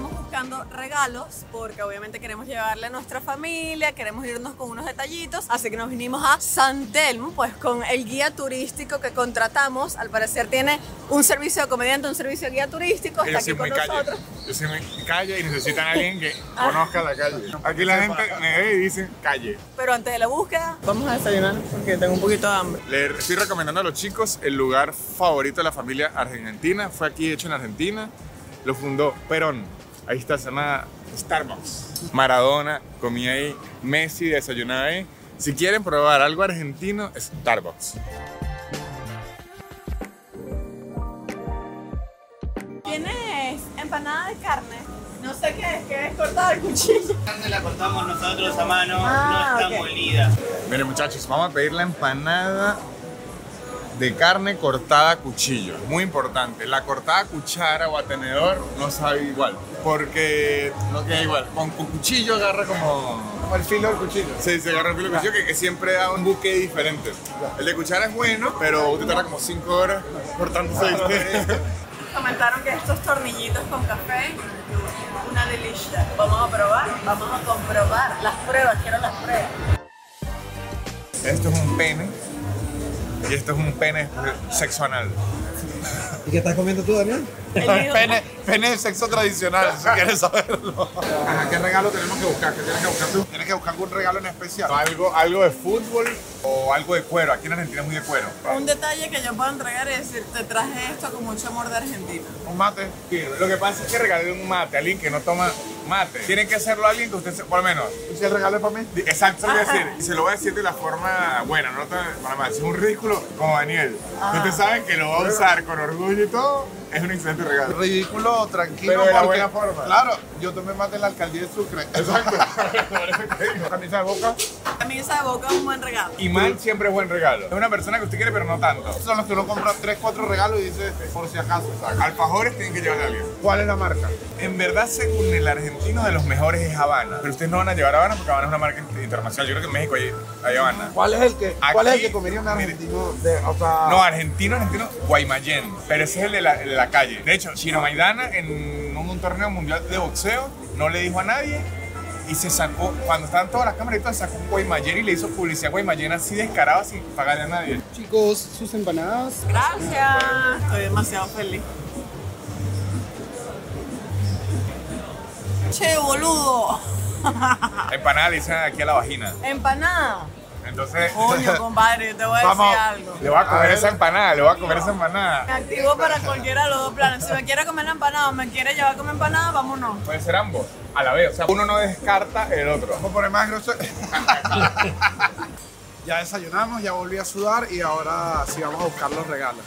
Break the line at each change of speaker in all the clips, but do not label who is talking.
comprando regalos porque obviamente queremos llevarle a nuestra familia, queremos irnos con unos detallitos, así que nos vinimos a San Telmo, pues con el guía turístico que contratamos, al parecer tiene un servicio de comediante, un servicio de guía turístico,
Yo
está aquí
soy
con
muy calle.
nosotros. Ah.
Yo soy muy calle y necesitan a alguien que conozca la calle. Aquí la gente me ve y dice calle.
Pero antes de la búsqueda,
Vamos a desayunar porque tengo un poquito de hambre.
Le estoy recomendando a los chicos el lugar favorito de la familia argentina. Fue aquí hecho en Argentina. Lo fundó Perón. Ahí está, se llama Starbucks. Maradona comía ahí. Messi desayunaba ahí. Si quieren probar algo argentino, Starbucks.
tienes empanada de carne. No sé qué es, que es cortada de cuchillo.
carne la cortamos nosotros a mano,
Ah,
no está
ok.
molida.
Miren muchachos, vamos a pedir la empanada de carne cortada a cuchillo. Muy importante, la cortada a cuchara o a tenedor no sabe igual, porque no queda igual. Con, con cuchillo agarra como...
Como el filo del cuchillo.
Sí, se agarra el filo de cuchillo que, que siempre da un buque diferente. El de cuchara es bueno, pero te tarda como 5 horas cortándose. ¿viste?
Comentaron que estos tornillitos con café, una delicia. Vamos a probar, vamos a comprobar las pruebas, quiero las pruebas.
Esto es un pene y esto es un pene sexo anal.
¿Y qué estás comiendo tú, Daniel?
El mío.
Pene, pene de sexo tradicional, si quieres saberlo. Ajá, ¿qué regalo tenemos que buscar? ¿Qué tienes que buscar tú? Tienes que buscar algún regalo en especial. Algo, algo de fútbol o algo de cuero. Aquí en Argentina es muy de cuero.
Pues Un detalle que yo puedo entregar es decir, te traje esto con mucho amor de Argentina.
Un mate. Lo que pasa es que regalé un mate a alguien que no toma mate. Tiene que hacerlo a alguien que usted, se- por lo menos.
Si el regalo es para mí.
Exacto, lo voy a decir. Y se lo voy a decir de la forma buena, no tan mal. Si es un ridículo como Daniel, ustedes saben que lo va a usar con orgullo y todo, es un excelente regalo.
Ridículo, tranquilo.
Pero de la
porque-
buena forma.
Claro, yo tomé mate en la alcaldía de Sucre.
Exacto. Por eso te digo. Camisa de boca.
Camisa de boca es un buen regalo.
Imán siempre es buen regalo. Es una persona que usted quiere, pero no tanto.
Son los que uno compra 3, 4 regalos y dice, por si acaso.
Alfajores tienen que llevar a alguien.
¿Cuál es la marca?
En verdad, según el argentino, de los mejores es Habana. Pero ustedes no van a llevar Habana porque Habana es una marca internacional. Yo creo que en México hay, hay Habana.
¿Cuál es el que,
cuál es el que comería un
argentino? De, o sea,
No, argentino, argentino, Guaymallén. Pero ese es el de la, el de la calle. De hecho, Chino Maidana en un, un torneo mundial de boxeo no le dijo a nadie y se sacó, cuando estaban todas las cámaras y todo, sacó un Guaymallén y le hizo publicidad a Guaymallén así descarada sin pagarle a nadie.
Chicos, sus empanadas.
Gracias. Estoy demasiado feliz. Che, boludo.
Empanada le dicen aquí a la vagina.
Empanada.
Entonces,
Coño, compadre, yo te voy a decir
Vamos,
algo.
le voy a
A
comer
ver.
esa empanada, le voy a comer esa
Me
empanada.
activo para cualquiera de los dos planes. Si me quiere comer la empanada o me quiere llevar como empanada, vámonos.
Puede ser ambos, a la vez. O sea, uno no descarta el otro.
Vamos a poner más grueso. ya desayunamos, ya volví a sudar y ahora sí vamos a buscar los regalos.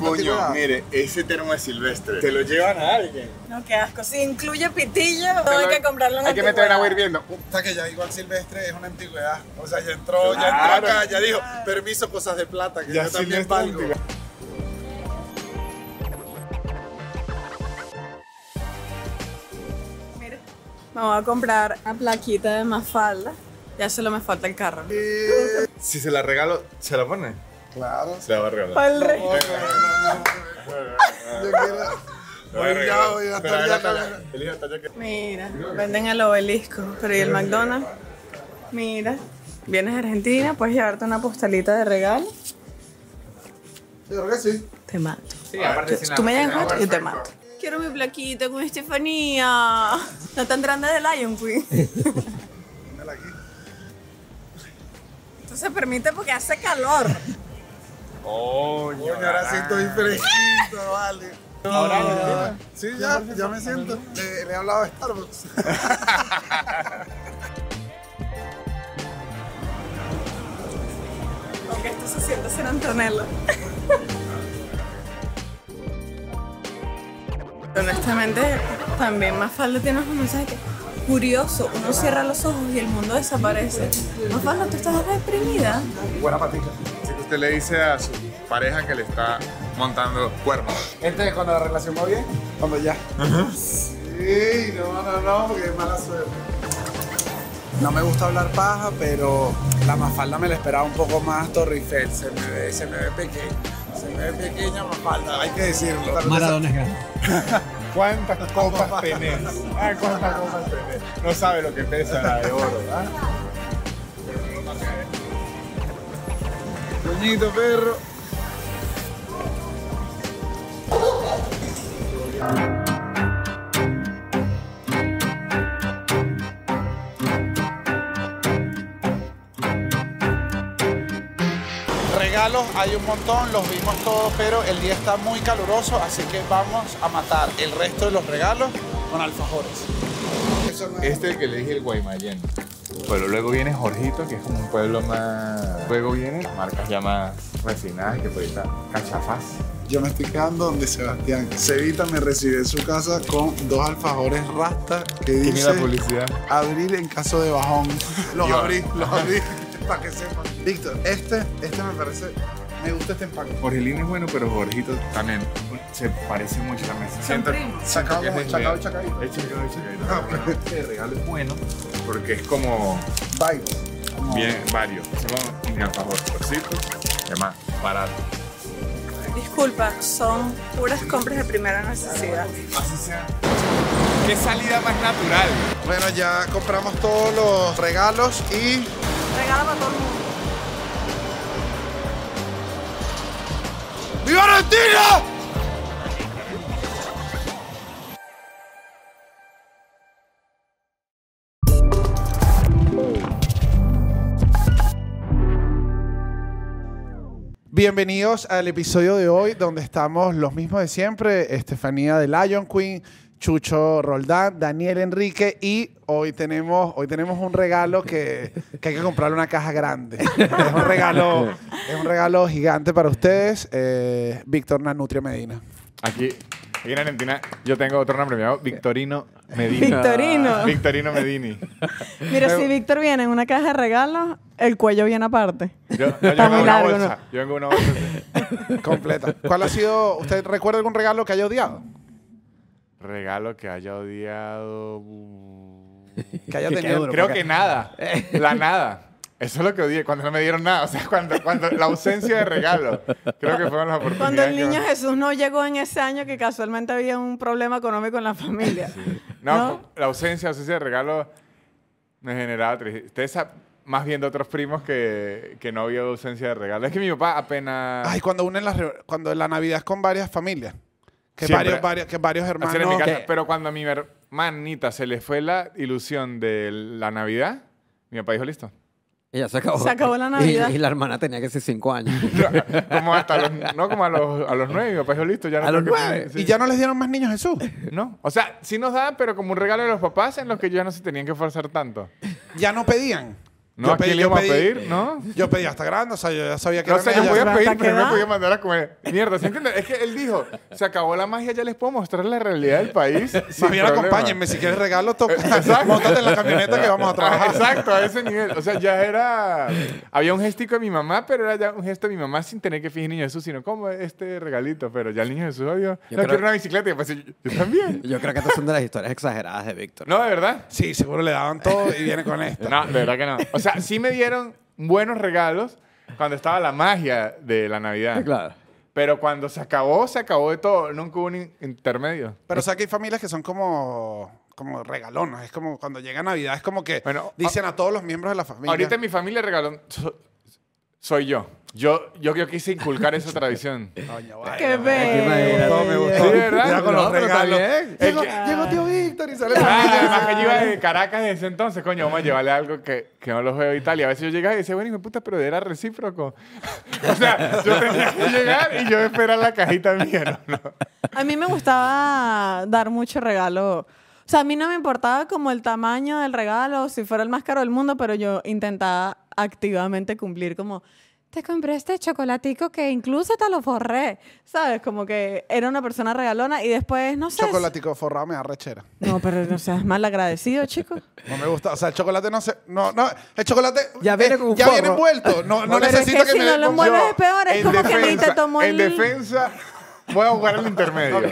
Coño, mire, ese termo es silvestre. Te lo llevan a alguien.
No, qué asco. Si incluye pitillo, tengo que comprarlo en
Hay que meter agua
antigüedad.
hirviendo.
Hasta que ya igual Silvestre es una antigüedad. O sea, ya entró, ya
Claro.
entró acá, ya dijo, permiso, cosas de plata, que
Ya
yo también
Silvestre
valgo.
antigua.
Mira, me voy a comprar una plaquita de Mafalda. Ya solo me falta el carro.
Si se la regalo, ¿se la pone?
Claro.
Se la va a regalar.
Para el rey.
Yo quiero... Voy ya, voy a estar ya acá.
Mira, venden el obelisco, pero ¿y el McDonald's? Mira, vienes a Argentina, puedes llevarte una postalita de regalo.
Yo creo que sí.
Te mato. Tú me llegas y yo te mato. Quiero mi plaquita con Estefanía. No tan grande de Lion Queen.
Póngala aquí.
Esto se permite porque hace calor.
Coño,
Coño, ahora sí estoy fresquito, vale.
Ahora
Sí, ya, ya me siento. Le, le he hablado de Starbucks.
Aunque esto se siente ser Antonella. Honestamente, también más falta tienes un mensaje que, curioso. Uno cierra los ojos y el mundo desaparece. Más falta, tú estás deprimida.
Buena patita.
Así que usted le dice a su pareja que le está montando cuernos.
Este es cuando la relación va bien, cuando ya. Sí, no, no, no, porque es mala suerte. No me gusta hablar paja, pero la mafalda me la esperaba un poco más Torrifel. Se me ve, se me ve pequeña. Se me ve pequeña mafalda, hay que decirlo.
Maradona es grande.
¿Cuántas copas tenés? Ah, ¿cuántas copas tenés? No sabe lo que pesa la de oro, ¿ah?
Coñito, perro.
Regalos hay un montón, los vimos todos, pero el día está muy caluroso, así que vamos a matar el resto de los regalos con alfajores. Eh,
Eso no es.
Este es el que le dije el Guaymallén. Pero luego viene Jorgito, que es como un pueblo más. Luego vienen marcas ya más refinadas, que por ahí está Cachafaz.
Yo me estoy quedando donde Sebastián. Cevita me recibió en su casa con dos alfajores rasta que
Tiene
dice
la publicidad.
abrir en caso de bajón. Los
Yo.
abrí, los abrí, para que sepan. Víctor, este, este me parece, me gusta este empaque.
Jorgelín es bueno, pero Jorgito también se parece mucho también. Siento,
primos.
siento que es
Chacao,
de
chacao,
él.
chacaíto.
Es chacao, es chacaíto. Pero Este regalo es bueno porque es como
Bye.
bien varios. Son un alfajorcito y además pues, barato.
Disculpa, son puras compras de primera necesidad.
Así sea. ¿Qué salida más natural?
Bueno, ya compramos todos los regalos y
Regala para todo el mundo.
¡Viva Argentina!
Bienvenidos al episodio de hoy donde estamos los mismos de siempre, Estefanía de Lion Queen, Chucho Roldán, Daniel Enrique y hoy tenemos, hoy tenemos un regalo que, que hay que comprarle una caja grande. es, un regalo, es un regalo gigante para ustedes, eh, Víctor Nanutria Medina.
Aquí, aquí en Argentina, yo tengo otro nombre, me llamo Victorino Medina.
Victorino.
Victorino Medini.
Mira, si Víctor viene en una caja de regalos, el cuello viene aparte.
Yo, no, yo vengo
Está muy
en una
largo,
bolsa. Yo vengo en una bolsa. así.
Completa. ¿Cuál ha sido, usted recuerda algún regalo que haya odiado?
Regalo que haya odiado.
Que haya
Que
tenido.
quede duro.
Creo
porque-
que nada. La nada. Eso es lo que odié, cuando no me dieron nada. O sea, cuando, cuando la ausencia de regalo. Creo que fueron las oportunidades.
Cuando el
que-
niño Jesús no llegó en ese año que casualmente había un problema económico en la familia.
No,
¿No?
la ausencia, ausencia de regalo me generaba tristeza. Más viendo otros primos que, que no había ausencia de regalo. Es que mi papá apenas.
Ay, cuando unen las re- cuando la Navidad es con varias familias. Que
Siempre.
varios, varios, que varios hermanos.
Así era en mi casa.
que-
Pero cuando a mi hermanita se le fue la ilusión de la Navidad, mi papá dijo listo.
Y ya se acabó.
Se acabó la Navidad.
Y, y la hermana tenía que ser cinco años.
como hasta los, no como a los, a los nueve, mi papá dijo listo. Ya no
A los
tengo que-
nueve.
sí.
Y ya no les dieron más niños Jesús.
No, o sea, sí nos daban, pero como un regalo de los papás en los que ya no se tenían que forzar tanto.
Ya no pedían.
No, ¿a quién le íbamos a pedir? No.
Yo pedí hasta grande, o sea, yo ya sabía que
No
era
sé, yo
media.
podía
¿Hasta
pedir,
qué
pero no
edad?
me podía mandar a comer. Mierda, ¿se entiende? Es que él dijo, se acabó la magia, ya les puedo mostrar la realidad del país. sin
Más
problema".
bien
Eh,
acompáñenme, si quieres regalo, toca.
Exacto.
Móntate en la camioneta que vamos a
Ah,
trabajar.
Exacto, a ese nivel. O sea, ya era... Había un gestico de mi mamá, pero era ya un gesto de mi mamá sin tener que fingir Niño Jesús, sino como este regalito. Pero ya el Niño Jesús, odio.
Yo
no,
creo-
quiero una bicicleta. Y pues, yo, yo también.
Yo creo que estas son de las historias exageradas de Víctor.
No, de verdad.
Sí, seguro le daban todo y viene con esto.
No, de verdad que no. O sea, sí me dieron buenos regalos cuando estaba la magia de la Navidad.
Claro.
Pero cuando se acabó, se acabó de todo. Nunca hubo un in- intermedio.
Pero o sea que hay familias que son como, como regalonas. Es como cuando llega Navidad, es como que
Bueno,
dicen a todos los miembros de la familia.
Ahorita en mi familia regaló... so- soy yo. Yo, yo. yo quise inculcar esa tradición.
Coño, vale.
Qué bello.
gustó, me gustó.
Sí, ¿verdad?
Mira con los
No, pero está
regalos.
bien.
Llegó,
El que-
llegó tío Víctor y sale la
Ah,
familia.
además que yo iba de Caracas desde entonces, coño, vamos a llevarle algo que, que no los veo y tal. Y a veces yo llegaba y decía, bueno, hijo de puta, pero era recíproco. o sea, yo tenía que llegar y yo esperar la cajita mía. No, no.
A mí me gustaba dar mucho regalo. O sea, a mí no me importaba como el tamaño del regalo, si fuera el más caro del mundo, pero yo intentaba activamente cumplir como, te compré este chocolatico que incluso te lo forré, ¿sabes? Como que era una persona regalona y después, no sé.
Chocolatico forrado me da rechera.
No, pero no seas mal agradecido, chico.
No me gusta. O sea, el chocolate no se. No, no. El chocolate. eh,
Ya viene con
Ya viene
forro.
envuelto. No, no
Pero es
necesito
que
que,
si
me
no
den
lo
con-
envuelves- Bueno,
Yo,
es peor, es
en
como que ni te tomó
En
el-
defensa, voy a jugar al intermedio.
Ok.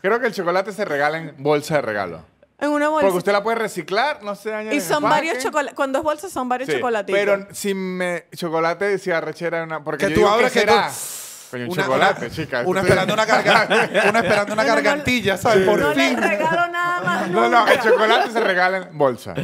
Creo que el chocolate se regala en bolsa de regalo.
En una bolsa.
Porque usted la puede reciclar, no se daña en
y
el
son
empaque.
varios chocolates. Cuando es bolsa, son varios
Sí,
chocolatitos.
Pero si me chocolate si arrechera una porque
Que
yo
tú
digo,
abras
¿qué
que tú-
será? Coño, chocolate,
una,
chica.
Una esperando una, garga- una esperando una
No, no, no.
gargantilla, ¿sabes? Por
No les
fin.
regalo nada más.
No, no,
nunca.
el chocolate se regala en bolsa.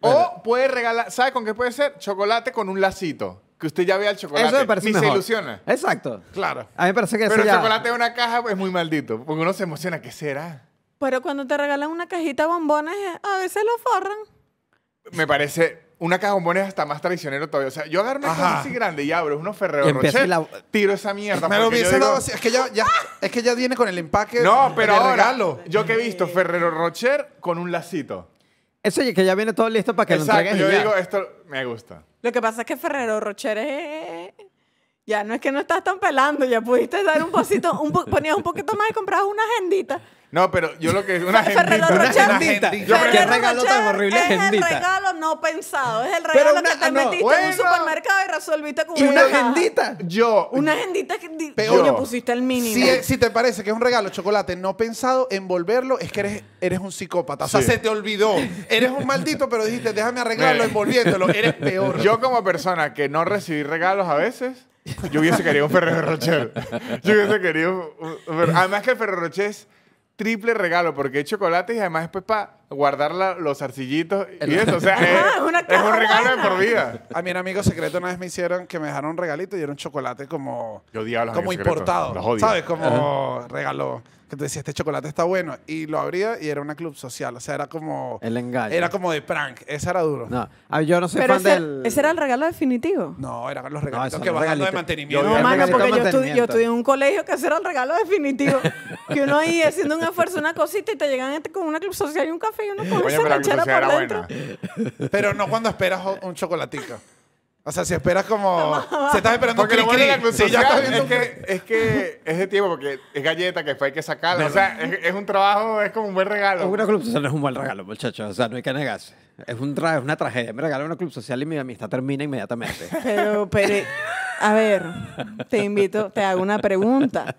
O puede regalar, ¿sabe con qué puede ser? Chocolate con un lacito. Que usted ya vea el chocolate.
Eso me parece
Ni se
mejor.
ilusiona.
Exacto.
Claro.
A mí me parece que eso
Pero el
ya...
chocolate en una caja pues, es muy maldito. Porque uno se emociona. ¿Qué será?
Pero cuando te regalan una cajita de bombones, eh, a veces lo forran.
Me parece una caja de bombones hasta más traicionero todavía. O sea, yo agarro una caja así grande y abro unos Ferrero
Y empieza
Rocher,
y la-
tiro esa mierda.
Me lo
porque yo
hubiese
digo-
dado así. Es que ya, ya, es que ya viene con el empaque
No, pero
de
ahora,
regalo.
yo que he visto Ferrero Rocher con un lacito.
Eso ya- que ya viene todo listo para que lo
Exacto,
entreguen.
yo
y ya.
digo, esto me gusta.
Lo que pasa es que Ferrero Rocher es... Ya no es que no estás tan pelando, ya pudiste dar un pocito, un po- ponías un poquito más y comprabas una agendita.
No, pero yo lo que es una
Ferrero
agendita.
Rocher.
Una agendita.
Ferrero
Yo creo que
Rocher
regalo tan horrible
es
agendita.
el regalo no pensado, es el regalo
una-
que te
ah, no,
metiste en un
bueno.
supermercado y resolviste con
Y una
caja.
agendita.
Yo,
Una agendita que di-
Peor.
coño, pusiste el mínimo.
Si, si te parece que es un regalo chocolate no pensado, envolverlo es que eres, eres un psicópata. O sea,
Sí.
se te olvidó. Eres un maldito, pero dijiste, déjame arreglarlo
Mira.
envolviéndolo. Eres peor.
yo como persona que no recibí regalos a veces, yo hubiese querido un Ferrero Rocher. Yo hubiese querido... un- un Ferrero- además que el Ferrero Rocher es triple regalo porque es chocolate y además después para guardar la- los arcillitos y eso. O sea,
Ajá,
es,
Ah, una
es
caja
un regalo de
buena.
por vida.
A mi amigo secreto una vez me hicieron que me dejaron un regalito y era un chocolate como,
Yo odiaba los
como
amigos secretos.
importado.
Los odio.
¿Sabes? Como regalo. Que te decía, este chocolate está bueno. Y lo abría y era una club social. O sea, era como.
El engaño.
Era como de prank. Ese era duro. No,
No, ah, yo no soy
Pero
fan
ese,
del...
ese era el regalo definitivo.
eran los
No,
regalitos
eso
que
no
van dando de
regalito.
mantenimiento.
Yo-
No,
el
mano,
regalo
porque
de
yo estudié, yo
mantenimiento.
estudié en un colegio que ese era el regalo definitivo. que uno ahí haciendo un esfuerzo, una cosita, y te llegan este con una club social y un café y uno con
Coño,
esa
pero la
ranchera
curiosidad
por
era
dentro.
buena.
Pero no cuando esperas o- un chocolatico. O sea, si esperas como. si estás esperando un
Porque lo bueno de la
cri-cri,
club
si ya estás
social
viendo
es
un
que, es que es de tiempo porque es galleta que después hay que sacarla. O sea, es, es un trabajo, es como un buen regalo.
Una club social no es un buen regalo, muchachos. O sea, no hay que negarse. Es, un tra- es una tragedia. Me regalan una club social y mi amistad termina inmediatamente.
Pero, pero, a ver, te invito, te hago una pregunta.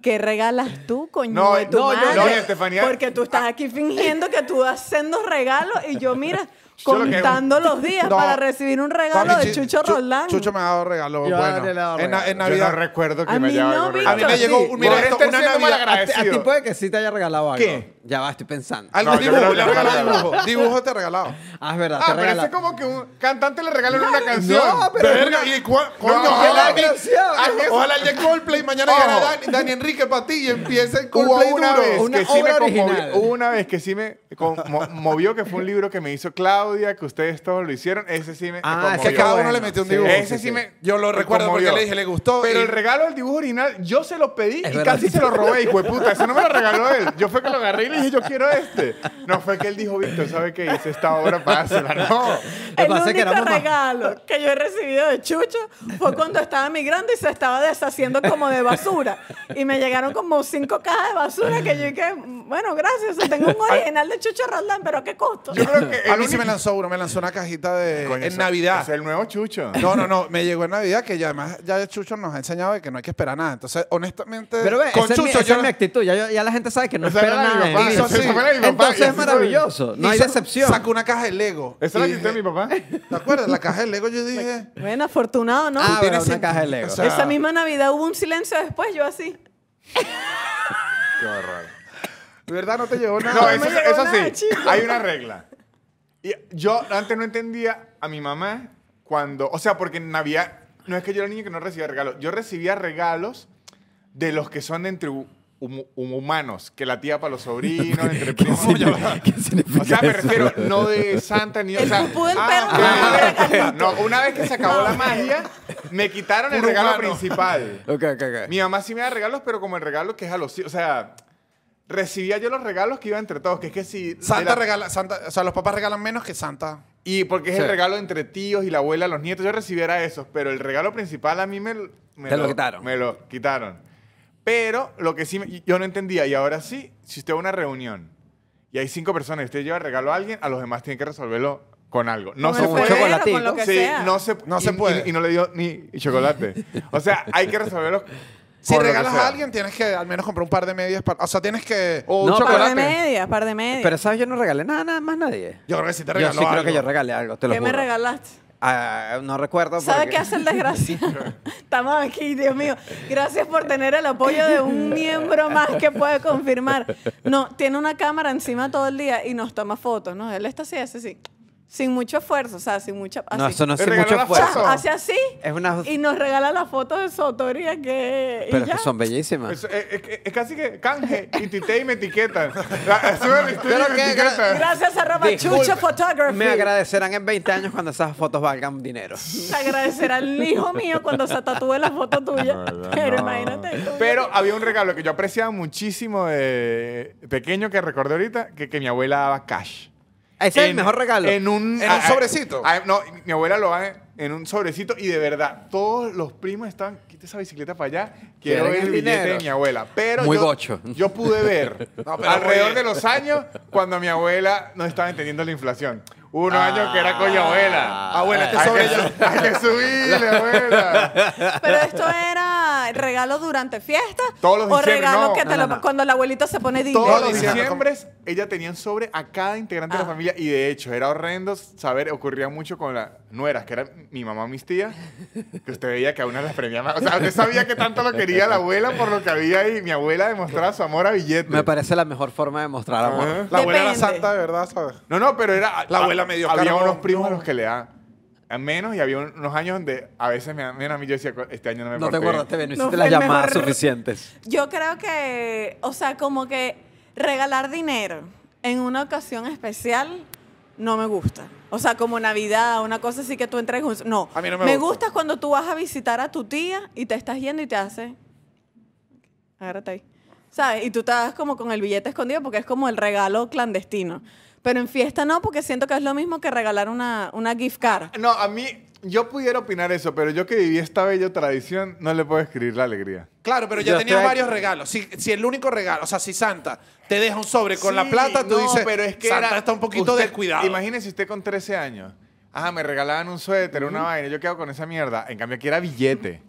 ¿Qué regalas tú, coño
No,
de tu
no, yo-
madre?
no, y Estefanía-
Porque tú estás aquí fingiendo que tú das sendos regalos y yo, mira,
Yo lo que-
contando los días
No.
para recibir un regalo
Papi,
de
Chu-
Chucho
Chu-
Roldán.
Chucho me ha dado regalo.
Yo
bueno,
le he dado
en, na- en
Yo no
Navidad.
recuerdo que
A
me
mí
haya
no,
dado algún
a mí
regalo.
me
Víctor,
llegó
sí.
un, mira,
Por
esto,
este
una
siendo
Navidad.
malagradecido.
A ti- a ti puede que sí te haya regalado algo.
¿Qué?
Ya va, estoy pensando.
Algo
No, yo
dibujo,
creo que
le
le
regalo
regalo.
dibujo. Dibujo te he regalado.
Ah, es verdad,
Ah,
te
pero ese
regala.
es como que un cantante le regalan una canción.
no, pero-
Verga, y cua- coño,
No,
ojalá,
qué
desgraciado.
Ay, ojalá llegue Coldplay mañana
Oh.
Ojo.
gana Dani, Dani Enrique para ti y empiece el
Hubo
Coldplay
una
duro.
vez
una
que sí me
obra
conmovió,
original.
hubo una vez que sí me conmovió, que fue un libro que me hizo Claudia, que ustedes todos lo hicieron. Ese sí me
Ah, es
conmovió.
que cada uno
bueno,
le metió un
sí,
dibujo.
Ese sí me
Yo lo
me
recuerdo porque
conmovió.
le dije, le gustó.
Pero
y-
el regalo del dibujo original, yo se lo pedí y
verdad.
casi se lo robé, hijo de puta. Ese no me lo regaló él. Yo fue que lo agarré y le dije, yo quiero este. No fue que él dijo, Víctor, ¿sabe qué hice esta obra para hacerla? No.
Lo
El
que pasa
único
es que éramos más-
regalo que yo he recibido de Chucho fue cuando estaba migrando y se estaba deshaciendo como de basura. Y me llegaron como cinco cajas de basura que yo dije, bueno, gracias, tengo un original de Chucho Roldán, pero ¿a qué costo?
Yo creo que.
a
el
mí sí
único-
me lanzó uno, me lanzó una cajita de
Coño,
en
eso-
Navidad.
Es el nuevo chucho.
No, no, no. Me llegó en Navidad que ya además ya Chucho nos ha enseñado de que no hay que esperar nada. Entonces, honestamente,
Pero ve, esa, es mi, esa
yo
es mi
no-
actitud. Ya, yo- ya la gente sabe que no
Esa era
espera
la de
nada.
mi
de
papá.
mí.
Eso sí.
Esa fue la de mi papá, y
Entonces
así
es
soy.
maravilloso. No hay
sa-
decepción.
Sacó una caja de Lego.
Esa es
Y
la que tiene mi
dije-
papá.
¿Te acuerdas? La caja de Lego yo dije...
Bueno, afortunado, ¿no?
Ah,
tienes
bueno, una
cinco.
caja de Lego.
O sea,
Esa misma Navidad hubo un silencio después, yo así.
Qué horror.
De verdad no te llegó nada.
No,
me
eso,
llegó
eso
nada,
sí,
chico.
hay una regla. Y yo antes no entendía a mi mamá cuando, o sea, porque en Navidad, no es que yo era un niño que no recibía regalos, yo recibía regalos de los que son de entre hu- hum- humanos, que la tía para los sobrinos, entre primos.
¿Qué significa
O sea, me
eso?
refiero, no de Santa ni o
El
sea,
pupú del
ah,
perro.
ok, ok. No, una vez que se acabó la magia, me quitaron el
Puro
regalo
humano.
principal.
Ok, ok, ok.
Mi mamá sí me da regalos, pero como el regalo que es a los... O sea, recibía yo los regalos que iba entre todos, que es que si... de
Santa
la-
regala... Santa, o sea, los papás regalan menos que Santa.
Y porque es el regalo entre tíos y la abuela, los nietos, yo recibiera esos, pero el regalo principal a mí me, me
Te lo quitaron.
Me lo quitaron. Pero lo que sí me- yo no entendía, y ahora sí, si usted va a una reunión y hay cinco personas y usted lleva el regalo a alguien, a los demás tienen que resolverlo con algo. No
con
se
el
puede.
ferrero,
chocolatico.
con lo que
Sí,
sea.
no se,
No se
y-
puede.
Y, y no le dio ni chocolate. O sea, hay que resolverlo.
Si
con lo que
regalas
sea.
a alguien, tienes que al menos comprar un par de medias. para- o sea, tienes que...
O un
No,
Par de
chocolate.
medias, par de medias.
Pero, ¿sabes? Yo no regalé nada, nada más nadie.
Yo creo que sí te
Yo
regaló
sí creo
algo.
que yo regalé algo, te lo
¿Qué me
juro.
regalaste?
Ah, no recuerdo.
¿Sabe
porque-
qué hace el desgraciado? Estamos aquí, Dios mío. Gracias por tener el apoyo de un miembro más que puede confirmar. No, tiene una cámara encima todo el día y nos toma fotos, ¿no? Él está así, hace así. Sin mucho esfuerzo, o sea, sin mucha...
No,
así.
eso no es
Le
sin
regaló
mucho
la
O sea,
esfuerzo.
foto.
hace así
Es una-
y nos regala las fotos de su autoría que... y
Pero es
ya.
que son bellísimas.
Eso Es, es- es- es casi que canje y titei me etiquetan. La- sube la historia
Pero
y me
qué-
etiquetan.
Gracias arroba
Disculpe,
Chucho Photography.
Me agradecerán en 20 años cuando esas fotos valgan dinero.
Se agradecerá al hijo mío cuando se tatúe la foto tuya. Pero imagínate tú.
Pero había un regalo que yo apreciaba muchísimo de pequeño que recordé ahorita, que, que mi abuela daba cash.
Ese es el mejor regalo.
En un,
¿En un sobrecito?
ah, no, mi abuela lo va en un sobrecito y de verdad, todos los primos estaban, quita esa bicicleta para allá, quiero
Quieren
ver
el
el billete
dinero.
de mi abuela. Pero
Muy
yo,
gocho.
yo pude ver
pero
alrededor
muy-
de los años cuando mi abuela no estaba entendiendo la inflación. Hubo Unos años que era
Ah.
coño abuela.
Abuela, este
hay,
sobre
que,
ya.
su- hay que subirle, abuela.
Pero esto era regalo durante fiesta.
Todos los
O
diciembre,
regalo
no.
que te
No, no,
lo-
no.
cuando el abuelito se pone dinero.
Todos los
Diciembre,
diciembres ella tenía un sobre a cada integrante de
Ah.
la familia y de hecho era horrendo saber, ocurría mucho con las nueras, que eran mi mamá, mis tías, que usted veía que a una las premiaba. O sea, usted sabía que tanto lo quería la abuela por lo que había ahí. Mi abuela demostraba su amor a billetes.
Me parece la mejor forma de mostrar amor.
Ajá.
La abuela era
Depende.
santa, de verdad, ¿sabes?
No, no, pero era...
La abuela me dio
Había
carbón,
unos primos a
no.
los que le daban a menos y había un- unos años donde a veces me daban a mí yo decía, este año no me
No te
porté bien".
guardaste bien, no
No fue
hiciste las
el
llamadas
mejor-
suficientes.
Yo creo que, o sea, como que regalar dinero en una ocasión especial no me gusta. O sea, como Navidad, una cosa así que tú entregues un... No,
A mí no me
me
gusta.
gusta cuando tú vas a visitar a tu tía y te estás yendo y te hace... Agárrate ahí. ¿Sabes? Y tú estás como con el billete escondido porque es como el regalo clandestino. Pero en fiesta no, porque siento que es lo mismo que regalar una, una gift card.
No, a mí... Yo pudiera opinar eso, pero yo que viví esta bella tradición, no le puedo escribir la alegría.
Claro, pero ya
Yo
tenías
estoy-
varios regalos. Si, si el único regalo, o sea, si Santa te deja un sobre con la
Sí,
plata, tú
no,
dices,
pero es que
Santa
era-
está un poquito
usted-
descuidado.
Imagínese usted con 13 años. Ajá, me regalaban un suéter, una vaina, yo quedo con esa mierda. En cambio, aquí era billete.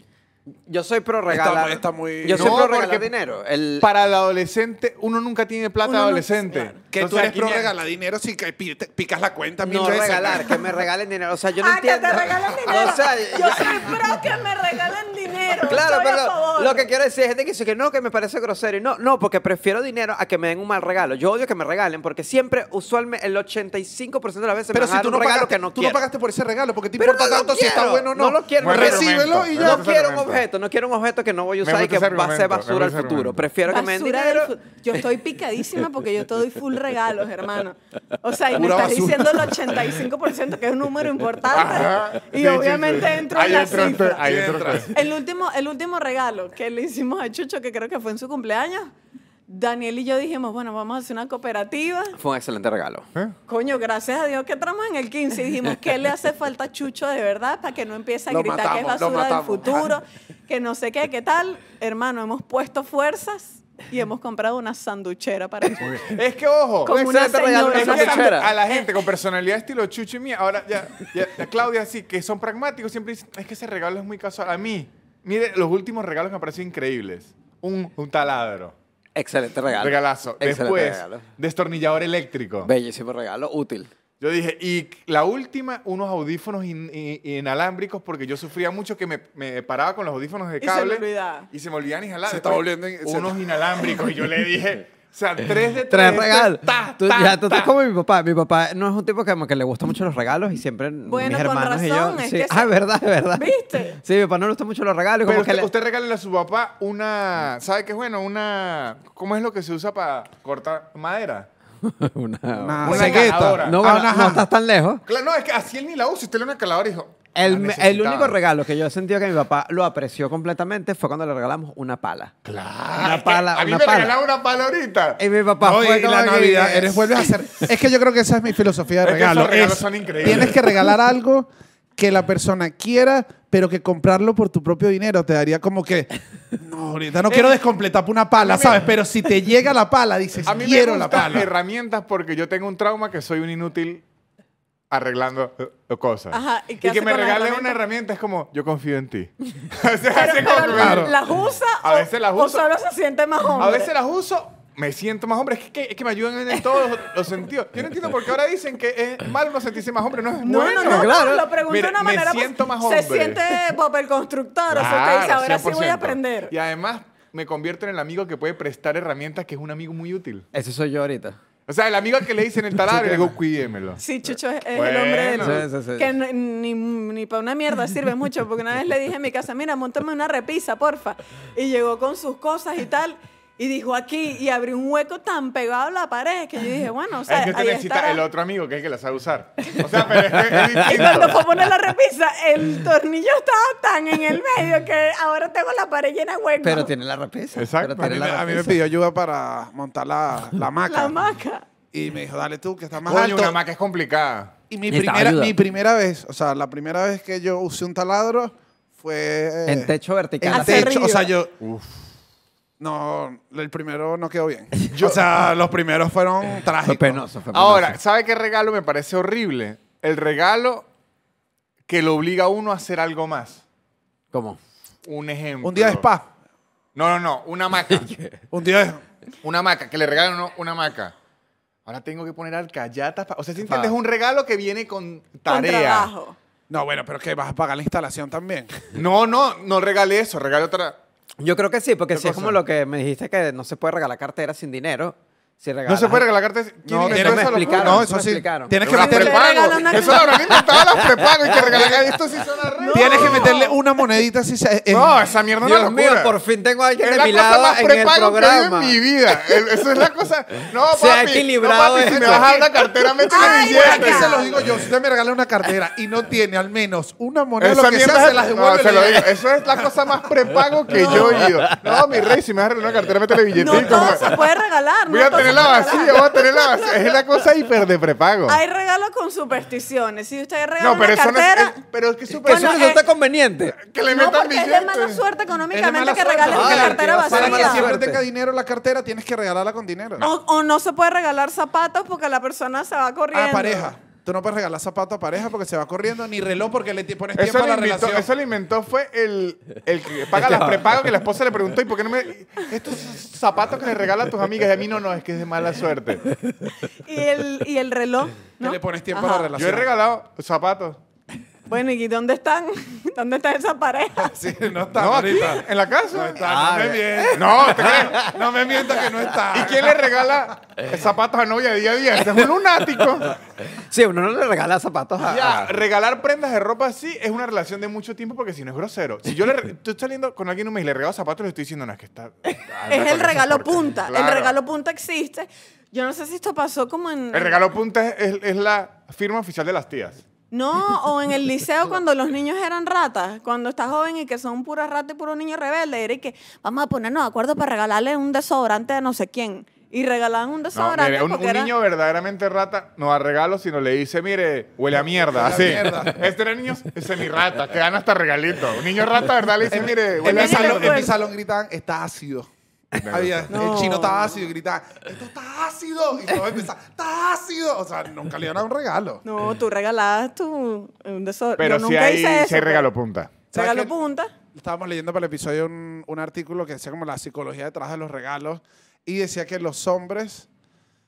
Yo soy pro regalar.
está muy-
Yo soy
No,
pro regalar
porque-
dinero. El,
Para el adolescente, uno nunca tiene plata
Uno
de
no-
adolescente.
claro.
que tú
Entonces,
eres
aquí
pro
me-
regalar dinero si que pi- te picas la cuenta mil
no
veces.
regalar, que me regalen dinero. O sea, yo no
ah,
entiendo.
que te regalen dinero.
O sea,
yo soy pro que me regalen dinero.
Claro,
Estoy a
pero
favor.
lo que quiero decir es gente que dice que no, que me parece grosero. Y no, no, porque prefiero dinero a que me den un mal regalo. Yo odio que me regalen porque siempre, usualmente, el 85% de las veces
Pero
me
si
van a dar
tú
un
no,
regalo
pagaste,
que no
tú
quiero.
no pagaste por ese regalo, porque te
Pero
importa
no lo
tanto si está
quiero,
bueno o no.
no lo quiero.
Buen
Recíbelo
argumento,
y
me gusta
ya.
No
ese
quiero un
argumento.
objeto, no quiero un objeto que no voy a
Me
usar y
gusta
que
ese
va a ser
argumento, me
basura al
gusta ese
futuro.
argumento.
Prefiero que me den
Basura del
dinero.
fu- Yo estoy picadísima porque yo te doy full regalos, hermano. O sea, y me
Pura
estás
basura.
diciendo el 85%, que es un número importante.
Ajá.
Y
Sí, sí,
obviamente
sí.
entro
Ahí
en la
entró usted,
cifra.
Ahí entró usted.
El último, el último regalo que le hicimos a Chucho, que creo que fue en su cumpleaños, Daniel y yo dijimos, bueno, vamos a hacer una cooperativa.
Fue un excelente regalo.
Coño, gracias a Dios que entramos en el 15 y dijimos, ¿qué le hace falta a Chucho de verdad para que no empiece a
Lo
gritar que es
matamos, lo
basura del
matamos.
futuro? Que no sé qué, ¿qué tal? Hermano, hemos puesto fuerzas y hemos comprado una sanduchera para Chucho.
Es que, ojo,
Como una
excelente regalo,
señora.
es
una
que a la-
sanduchera.
a la gente con personalidad estilo Chucho y mía, ahora ya, ya- ya Claudia sí, que son pragmáticos, siempre dicen, es que ese regalo es muy casual. A mí, mire, los últimos regalos me han parecido increíbles. Un, un taladro,
Excelente regalo.
regalazo.
Excelente
Después,
regalo.
destornillador eléctrico.
Bellísimo regalo, útil.
Yo dije, y la última, unos audífonos in- in- inalámbricos, porque yo sufría mucho que me, me paraba con los audífonos de
Y se
cable.
me olvidaba.
Y se me olvidaban instalar.
Se está volviendo in- se-
Unos inalámbricos. y yo le dije, o sea, tres de tres.
Tres regalos.
ta,
Tú-
ta,
ya, tú estás
ta.
como mi papá. Mi papá no es un tipo que, como que le gustan mucho los regalos y siempre
Bueno,
mis
con
hermanos y yo.
razón, es
sí.
que se-
Ah, es verdad, es verdad.
¿Viste?
Sí, mi papá no le gustan mucho los regalos.
Pero
como que
usted,
le-
usted regálele a su papá una, ¿sabe qué es bueno? Una, ¿cómo es lo que se usa para cortar madera?
Una-
Una
Una
cegueta.
ganadora.
No,
Ah,
va-
una
no
ajá.
estás tan lejos.
Claro, no, es que así él ni la usa. Usted le da una caladora y dijo, "La
El, me- el
necesitaba".
único regalo que yo he sentido que mi papá lo apreció completamente fue cuando le regalamos una pala.
Claro.
Una
Ah, es que
pala,
A mí
una
me
pala.
regalaba una pala ahorita.
Y mi papá
No,
fue
y
como
la
que-
Navidad, eres vuelves a hacer. Es que yo creo que esa es mi filosofía de
Es que esos
regalo.
regalos
es-
son increíbles.
Tienes que regalar algo que la persona quiera, pero que comprarlo por tu propio dinero te daría como que. No, ahorita no quiero descompletar por una pala, ¿sabes? Pero si te llega la pala, dices,
A mí
quiero
me
la
gustan
pala.
herramientas porque yo tengo un trauma que soy un inútil arreglando eh, cosas.
Ajá, ¿y
y
qué
que
hace
me
con la
regalen
herramienta?
una herramienta es como, yo confío en ti. O sea,
Pero,
así
pero
como-
¿la- ¿las usa
A
o,
veces las
o
uso.
solo se siente más hombre?
A veces las uso me siento más hombre. Es que, es que me ayudan en todos los, los sentidos. Yo no entiendo por qué ahora dicen que es malo no sentirse más hombre. No es
No,
bueno.
no, no,
claro.
lo pregunto
Mira,
de una
me
manera. pues,
siento más
Se
hombre.
siente Bob el constructor, o sea, usted dice,
Claro,
ahora sí voy a
100%.
aprender.
Y además me convierto en el amigo que puede prestar herramientas, que es un amigo muy útil.
Ese soy yo ahorita.
O sea, el amigo que le dicen el taladro, y le digo, cuídemelo.
Sí, Chucho es, es el
Bueno.
hombre del
Sí, sí, sí.
que n- ni, ni para una mierda sirve mucho, porque una vez le dije en mi casa, mira, montame una repisa, porfa. Y llegó con sus cosas y tal, y dijo aquí, y abrió un hueco tan pegado a la pared que yo dije, bueno, o sea,
es que usted
ahí
necesita
estará.
el otro amigo que es el que la sabe usar. O sea, pero es que es
Y
distinto.
cuando fue a poner la repisa, el tornillo estaba tan en el medio que ahora tengo la pared llena de huecos.
Pero tiene la repisa.
Exacto.
Pero
A mí,
tiene
me-
la
a mí me
repisa.
pidió ayuda para montar la, la hamaca.
La maca.
Y me dijo, dale tú, que está más
Coño,
alto.
una maca es complicada.
Y mi
Necesitaba
primera,
ayuda.
mi primera vez, o sea, la primera vez que yo usé un taladro fue...
En techo vertical.
En
Hacia
techo, o sea,
arriba.
yo... No, el primero no quedó bien. o sea, los primeros fueron
Fue
trágicos.
penoso, fue penoso.
Ahora, ¿sabe qué regalo me parece horrible? El regalo que lo obliga a uno a hacer algo más.
¿Cómo?
Un ejemplo.
Un día de spa.
No, no, no. Una maca.
Un día de...
una maca. Que le regalan uno una maca. Ahora tengo que poner alcayatas. pa- O sea, si entiendes, es un regalo que viene con
Con
tarea.
trabajo.
No, bueno, pero que vas a pagar la instalación también.
no, no, no regale eso. Regale otra.
Yo creo que sí, porque si es
cosa?
como lo que me dijiste que no se puede regalar cartera sin dinero. Si
No
regalas-
se puede regalar cartas. ¿Quién
No,
inventó
tienes-
me
esa locura?
explicaron,
No,
me
eso sí.
explicaron.
Tienes que
Una
meter-
prepa-
prepago.
regalan una-
Eso lo habrán inventado las prepago y que regalan esto sí son arreglos.
Tienes que meterle una monedita si se... es-
No, esa mierda no es
Dios
locura.
mío, por fin tengo a alguien
es
de
la
mi
cosa
lado
más
en el
prepago que he oído en
programa.
mi vida. El- Eso es la cosa. No, papi.
Se ha equilibrado
no, papi, si me
esto.
vas a dar una cartera, métele
Es
Ay,
que
billete.
venga.
se los digo yo, si usted me regala una cartera y no tiene al menos una moneda,
Esa
lo que
mierda
sea,
es-
se las
no,
devuelve.
se lo digo. Eso es la cosa más prepago que yo he oído. No, mi rey, si me vas a regalar una cartera, métele billetito.
No todo se puede regalar.
Voy
no
a
todo se
tenerla
puede regalar.
vacía, voy a tenerla vacía. Es la cosa hiper de prepago.
Hay regalos con supersticiones. Si usted regala
No, pero
una
eso no es.
cartera,
es- Pero es que súper.
Pero eso
Bueno,
resulta
eh,
conveniente.
Que le
no,
metan
porque es de mala
billetes.
suerte económicamente
mala
que
suerte.
regales una
Ay,
cartera
Dios, para
Para que
mala
vacía.
siempre
suerte.
tenga dinero la cartera, tienes que regalarla con dinero. Ah,
O, o no se puede regalar zapatos porque la persona se va corriendo.
a pareja. Tú no puedes regalar zapato a pareja porque se va corriendo, ni reloj porque le ti- pones tiempo
Eso
a
lo,
la
inventó,
relación.
eso lo inventó fue el, el que paga las prepago que la esposa le preguntó, ¿y por qué no me...? Estos zapatos que le regalan a tus amigas y a mí no, no, es que es de mala suerte.
Y el, y el reloj. ¿no?
Que le pones tiempo a
Ajá.
la
Yo he
relación.
regalado zapatos.
Bueno, ¿y dónde están? ¿Dónde están esas parejas?
Sí, no está
No, aquí,
ahorita.
en la casa. No,
Ah, no me mientas.
¿te crees?
No me mientas que no
¿Y
está.
quién le regala zapatos a novia día a día? Este es un lunático.
Sí, uno no le regala zapatos a...
Ah,
Ya, regalar prendas de ropa así es una relación de mucho tiempo porque si no es grosero. Si yo le re- estoy saliendo con alguien un mes y le regalo zapatos, le estoy diciendo, no, es que está...
Es el regalo punta. El
Claro.
regalo punta existe. Yo no sé si esto pasó como en...
El regalo punta es, es- es la firma oficial de las tías.
No, o en el liceo cuando los niños eran ratas, cuando estás joven y que son puras ratas y puros niños rebeldes, era y que vamos a ponernos de acuerdo para regalarle un desodorante a no sé quién. Y regalaban un
No,
desodorante
mire, un,
porque
un
era-
niño verdaderamente rata no da regalos, sino le dice, mire, huele a mierda. Así. Este era niños semirrata, que dan hasta regalito. Un niño rata, ¿verdad? Le dice, mire,
En
huele a
mi,
Él
mierda.
salón, en mi
recuerdo.
salón gritaban, está ácido. Había-
No.
El chino está ácido y gritaban, esto está ácido. Y todos empezaban, está ácido. O sea, nunca le iban a dar un regalo.
No, tú regalabas tu un desodorante.
Eh. Pero
Yo
si
nunca
hay,
hice eso,
si hay
pero-
regalo punta.
¿Sabes
Regalo
qué?
punta.
Estábamos leyendo para el episodio un, un artículo que decía como la psicología detrás de los regalos y decía que los hombres,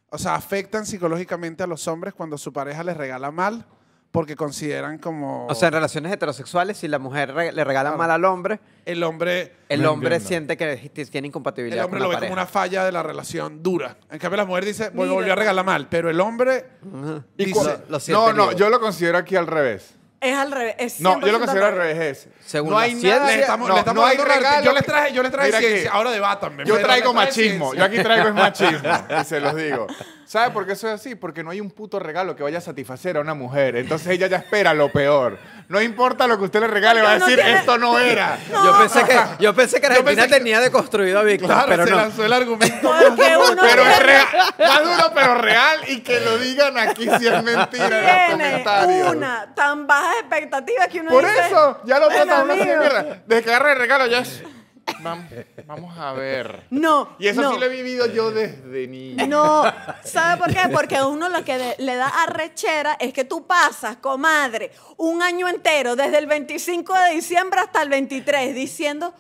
o sea, afectan psicológicamente a los hombres cuando su pareja les regala mal porque consideran como
O sea, en relaciones heterosexuales, si la mujer re- le regala mal al hombre,
el hombre,
el
No
hombre
entiendo.
siente que t- tiene
el
incompatibilidad
hombre
con
lo
la
ve
pareja.
como una falla de la relación dura. En cambio la mujer dice, "Vol-
Mira.
volvió a regalar mal, pero el hombre dice,
Lo- lo siente
No, no,
vivo.
yo lo considero aquí al revés.
Es al revés. es
No, yo
100%
lo considero al revés. es,
Según
no
la
hay
ciencia,
nada.
le estamos,
no,
le estamos
no hay
dando un
regalo.
arti- Yo les traje, yo les traje
Mira
ciencia.
que-
Ahora debátanme.
Yo
pero
traigo
les traje
machismo.
ciencia.
Yo aquí traigo es machismo. y se los digo. ¿Sabe por qué eso es así? Porque no hay un puto regalo que vaya a satisfacer a una mujer. Entonces ella ya espera lo peor. No importa lo que usted le regale, va a
no
decir,
tiene-
esto no era.
Yo pensé que, yo pensé que Argentina
pensé que-
tenía deconstruido a Víctor,
Claro,
pero
se
no.
lanzó el argumento.
Porque uno
pero es
tiene-
real. Más duro, pero real. Y que lo digan aquí si es mentira en los
tiene
comentarios.
una tan baja expectativa que uno
Por
dice,
eso, ya lo
"Bueno,
tratan una
amigo".
mierda. Desde que agarra el regalo ya es... Vam- Vamos a ver.
No,
Y eso
no.
sí lo he vivido yo desde niño.
No, ¿sabe por qué? Porque a uno lo que de- le da arrechera es que tú pasas, comadre, un año entero, desde el 25 de diciembre hasta el 23, diciendo,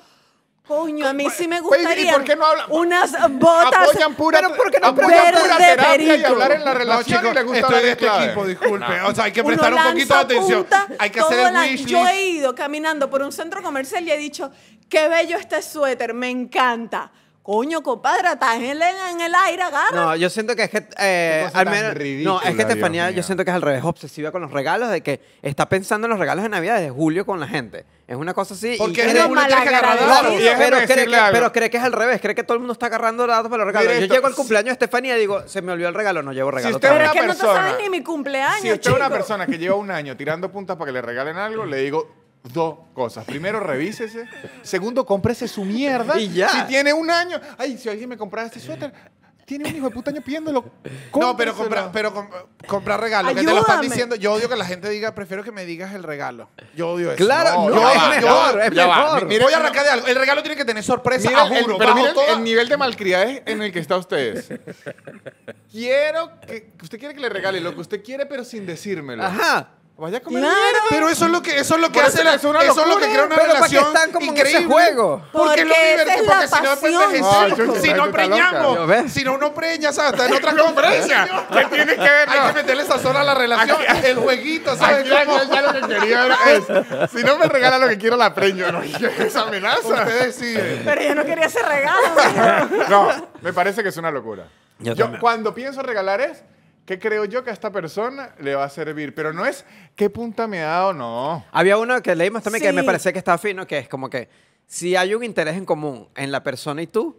Coño, a
Pues,
mí sí me
Güey, ¿y por
gustaría
qué no hablan?
unas botas
apoyan pura,
pero ¿por qué no
apoyan
verde
pura terapia y
perico?
hablar en la
No,
relación
chicos,
y le gusta
estoy
hablar
de
en
este
clave.
equipo, disculpe.
No.
O sea, hay que
Uno
prestar un poquito de
lanza
atención.
punta
hay que
todo
hacer el
la-
wishlist.
Yo he ido caminando por un centro comercial y he dicho, qué bello este suéter, me encanta. Coño, compadre, estás en el, en el aire, agarra.
No, yo siento que es que. eh,
Qué cosa
al
tan
menos-
ridícula,
no, es que
Dios
Estefanía, yo
mío.
siento que es al revés, obsesiva con los regalos, de que está pensando en los regalos de Navidad desde julio con la gente. Es una cosa así. y
Porque
cree-
es
Uno
de uno tienes que agarrar
malagradecido.
datos.
Y
déjame
pero, cree que,
decirle algo.
pero cree que es al revés, cree que todo el mundo está agarrando datos para los regalos.
Mire
yo
esto,
llego al
si-
cumpleaños de Estefanía y digo, se me olvidó el regalo, no llevo regalo.
usted
otra
Pero
vez.
una
es que no te
persona-
sabes ni mi cumpleaños,
Si usted es una
chico.
persona que lleva un año tirando puntas para que le regalen algo, le digo dos cosas. Primero, revísese. Segundo, cómprese su mierda.
Y ya.
Si tiene un año. Ay, si alguien me comprara este suéter, tiene un hijo de puta año pidiéndolo.
No, pero,
Cómpraselo.
comprar- pero com- comprar regalos. Que te lo están
Ayúdame.
diciendo. Yo odio que la gente diga, prefiero que me digas el regalo. Yo odio eso.
Claro,
No,
no,
ya
es
va, ya
mejor,
va,
es
ya va.
mejor.
Mi- mira,
Voy a arrancar de algo. El regalo tiene que tener sorpresa,
Mira
a
el- el-
juro.
pero
bajo
mira el,
toda-
el nivel de malcriadez en el que está usted. Quiero que usted quiere que le regale lo que usted quiere, pero sin decírmelo.
Ajá.
Vaya a comer
Claro.
mierda.
Pero eso es lo que eso es lo que
Por
hace
eso
la,
es una
eso es lo
locura,
que crea una
pero porque
relación
están como en ese
increíble.
juego.
Porque lo
Porque esa
divertido,
es la
porque si no después
pasión,
Ay,
envejecemos,
chucha,
si
está loca.
no
¿Lo
preñamos,
ves?
si no no preñas, ¿sabes? Está en otra conferencia.
¿Qué tiene que ver?
Hay que meterle sazón a la relación, el jueguito, ¿sabes? cómo?
lo que quería era es, si no me regala lo que quiero, la preño. No, esa amenaza.
Usted decide.
Pero yo no quería ese regalo.
No, me parece que es una locura.
Yo
Yo,
también.
cuando pienso regalar es, ¿qué creo yo que a esta persona le va a servir? Pero no es, ¿qué punta me ha dado? No.
Había uno que leímos también que me
Sí.
parecía que estaba fino, que es como que si hay un interés en común en la persona y tú,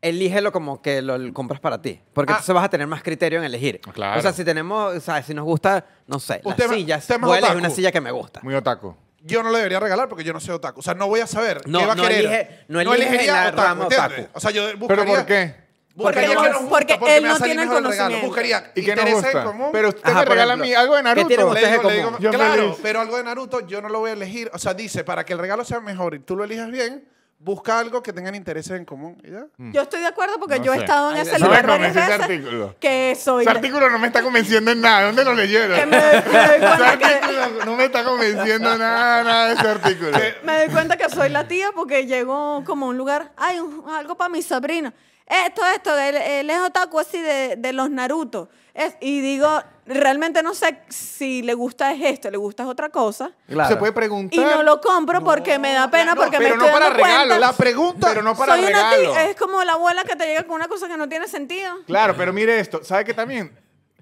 elígelo como que lo l- compras para ti. Porque
Ah.
entonces vas a tener más criterio en elegir.
Claro.
O sea, si tenemos, o sea, si nos gusta, no sé, las
Usted va-
sillas,
usted es más
voy a elegir
otaku.
una silla que me gusta.
Muy otaku.
Yo no le debería regalar porque yo no soy otaku. O sea, no voy a saber
No,
qué va a
no
querer.
elige- no elige
elegiría
la rama
¿entiendes?
otaku.
O sea, yo buscaría...
¿Pero por qué?
Porque
buscaría
no-
que nos gusta,
porque él
me va a
no
salir
tiene el
mejor regalo.
conocimiento.
Buscaría
¿Y qué nos
interés en
gusta?
común.
Pero usted
Ajá,
me
por
regala a
ejemplo,
mí algo de
¿qué
Naruto.
tienen
Le
ustedes
digo-
en
le
común?
digo,
Yo
claro,
feliz.
pero algo de Naruto yo no lo voy a elegir. O sea, dice, para que el regalo sea mejor y tú lo elijas bien, busca algo que tengan intereses en común. ¿y ya?
Mm.
Yo estoy de acuerdo porque
No
yo he
sé.
estado en
Ay,
ese
no
lugar
me
varias
convence ese
veces
artículo.
que soy...
Ese artículo no me está convenciendo en nada. ¿Dónde lo leyeron?
que me, me doy
Ese
cuenta que...
artículo no me está convenciendo en nada, nada de ese artículo.
Me doy cuenta que soy la tía porque llegó como a un lugar, hay algo para mi sobrino. Esto, esto, él, él es otaku así de, de los Naruto. Es- y digo, realmente no sé si le gusta es esto, le gusta es otra cosa.
Claro.
Se puede preguntar.
Y no lo compro porque me da pena,
no,
porque me
pero
estoy
no para
dando cuenta.
regalo. La pregunta. Pero no para
soy una eh,
regalo.
tía, es como la abuela que te llega con una cosa que no tiene sentido.
Claro, pero mire esto. ¿Sabe qué también?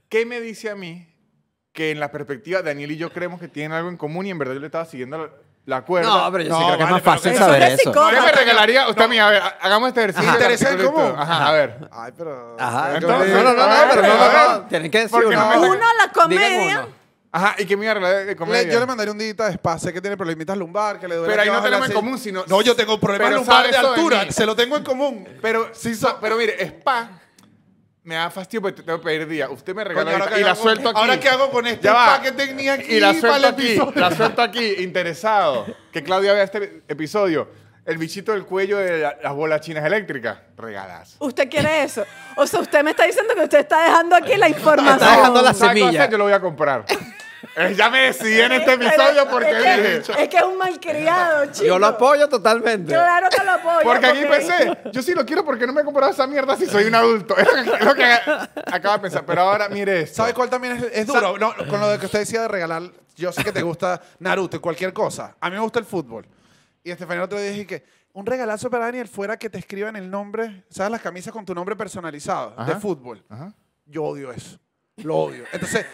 ¿Qué me dice a mí que en la perspectiva Daniel y yo creemos que tienen algo en común y en verdad yo le estaba siguiendo la, la cuerda?
No, pero yo sí
No,
creo que es
vale,
más
pero
fácil
eso
saber
es de
eso.
psicó-
¿Qué me regalaría usted a mí? A ver, ha- hagamos este ejercicio. del
Interés en
artículo y
común.
todo. Ajá, a ver.
Ay, pero...
Ajá.
Entonces-
no, no, no, no, pero no, no,
Ajá.
no. Tienen que decir
Porque
uno.
no me-
Uno, la
Digan
comedia.
uno.
Ajá, ¿y qué me iba a regalar de comedia?
Le- yo le mandaría un didita de spa, sé que tiene problemitas lumbar, que le duele.
Pero ahí
que
no
baja la
tenemos en
silla.
común, sino-
No, yo tengo problemas
Pero
lumbar
sabe
de
eso de
altura,
mí.
se lo tengo en común.
Pero, sí, so- pero mire, spa me da fastidio porque tengo que pedir día. Usted me regala
Coño,
ahorita
que
y la
hago-
suelto aquí.
Ahora qué hago con este
Ya va.
spa que tenía aquí
Y la suelto
para el
aquí,
episodio?
la suelto aquí, interesado. Que Claudia vea este episodio. El bichito del cuello de la- las bolas chinas eléctricas. Regalazo.
Usted quiere eso. O sea, usted me está diciendo que usted está dejando aquí la información.
Está dejando la
¿Sabe
semilla.
cosa? Yo lo voy a comprar. Eh, ya me decidí en este episodio porque
es que,
dije...
Es que es un malcriado, chico.
Yo lo apoyo totalmente.
Claro que lo apoyo.
Porque aquí pensé, yo sí lo quiero porque no me he comprado esa mierda si soy un adulto. Es lo que acaba de pensar. Pero ahora, mire esto.
¿Sabes cuál también es, es duro? No, con lo de que usted decía de regalar, yo sé que te gusta Naruto y cualquier cosa. A mí me gusta el fútbol. Y Estefanía el otro día dije que un regalazo para Daniel fuera que te escriban el nombre, ¿sabes? Las camisas con tu nombre personalizado de
Ajá.
fútbol.
Ajá.
Yo odio eso. Lo odio. Entonces,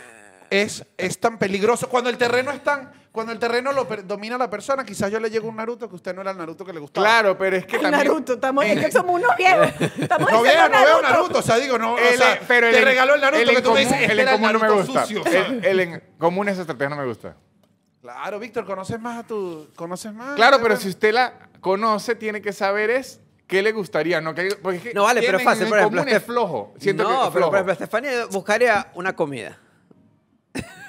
es, es tan peligroso. Cuando el terreno es tan. Cuando el terreno lo per- domina la persona, quizás yo le llego un Naruto que usted no era el Naruto que le gustaba.
Claro, pero es que
Ay,
también...
Naruto, estamos, es que somos unos viejos. Estamos
No veo,
diciendo
no veo Naruto. O sea, digo, no. o
El- eh,
sea,
pero el
te
en-
regaló el Naruto
el
que
en
tú me
común-
dices.
el
Este
en
era el
común no
Naruto
me gusta.
sucio.
El, el en común esa estrategia no me gusta.
Claro, Víctor, conoces más a tu. Conoces más.
Claro, pero si usted la conoce, tiene que saber es qué le gustaría, no que porque es que
No vale, pero es
tienen
fácil.
en
Por ejemplo,
común es
Estef-
flojo. Siento
no,
que es
pero
flojo.
por ejemplo, Estefanía buscaría una comida.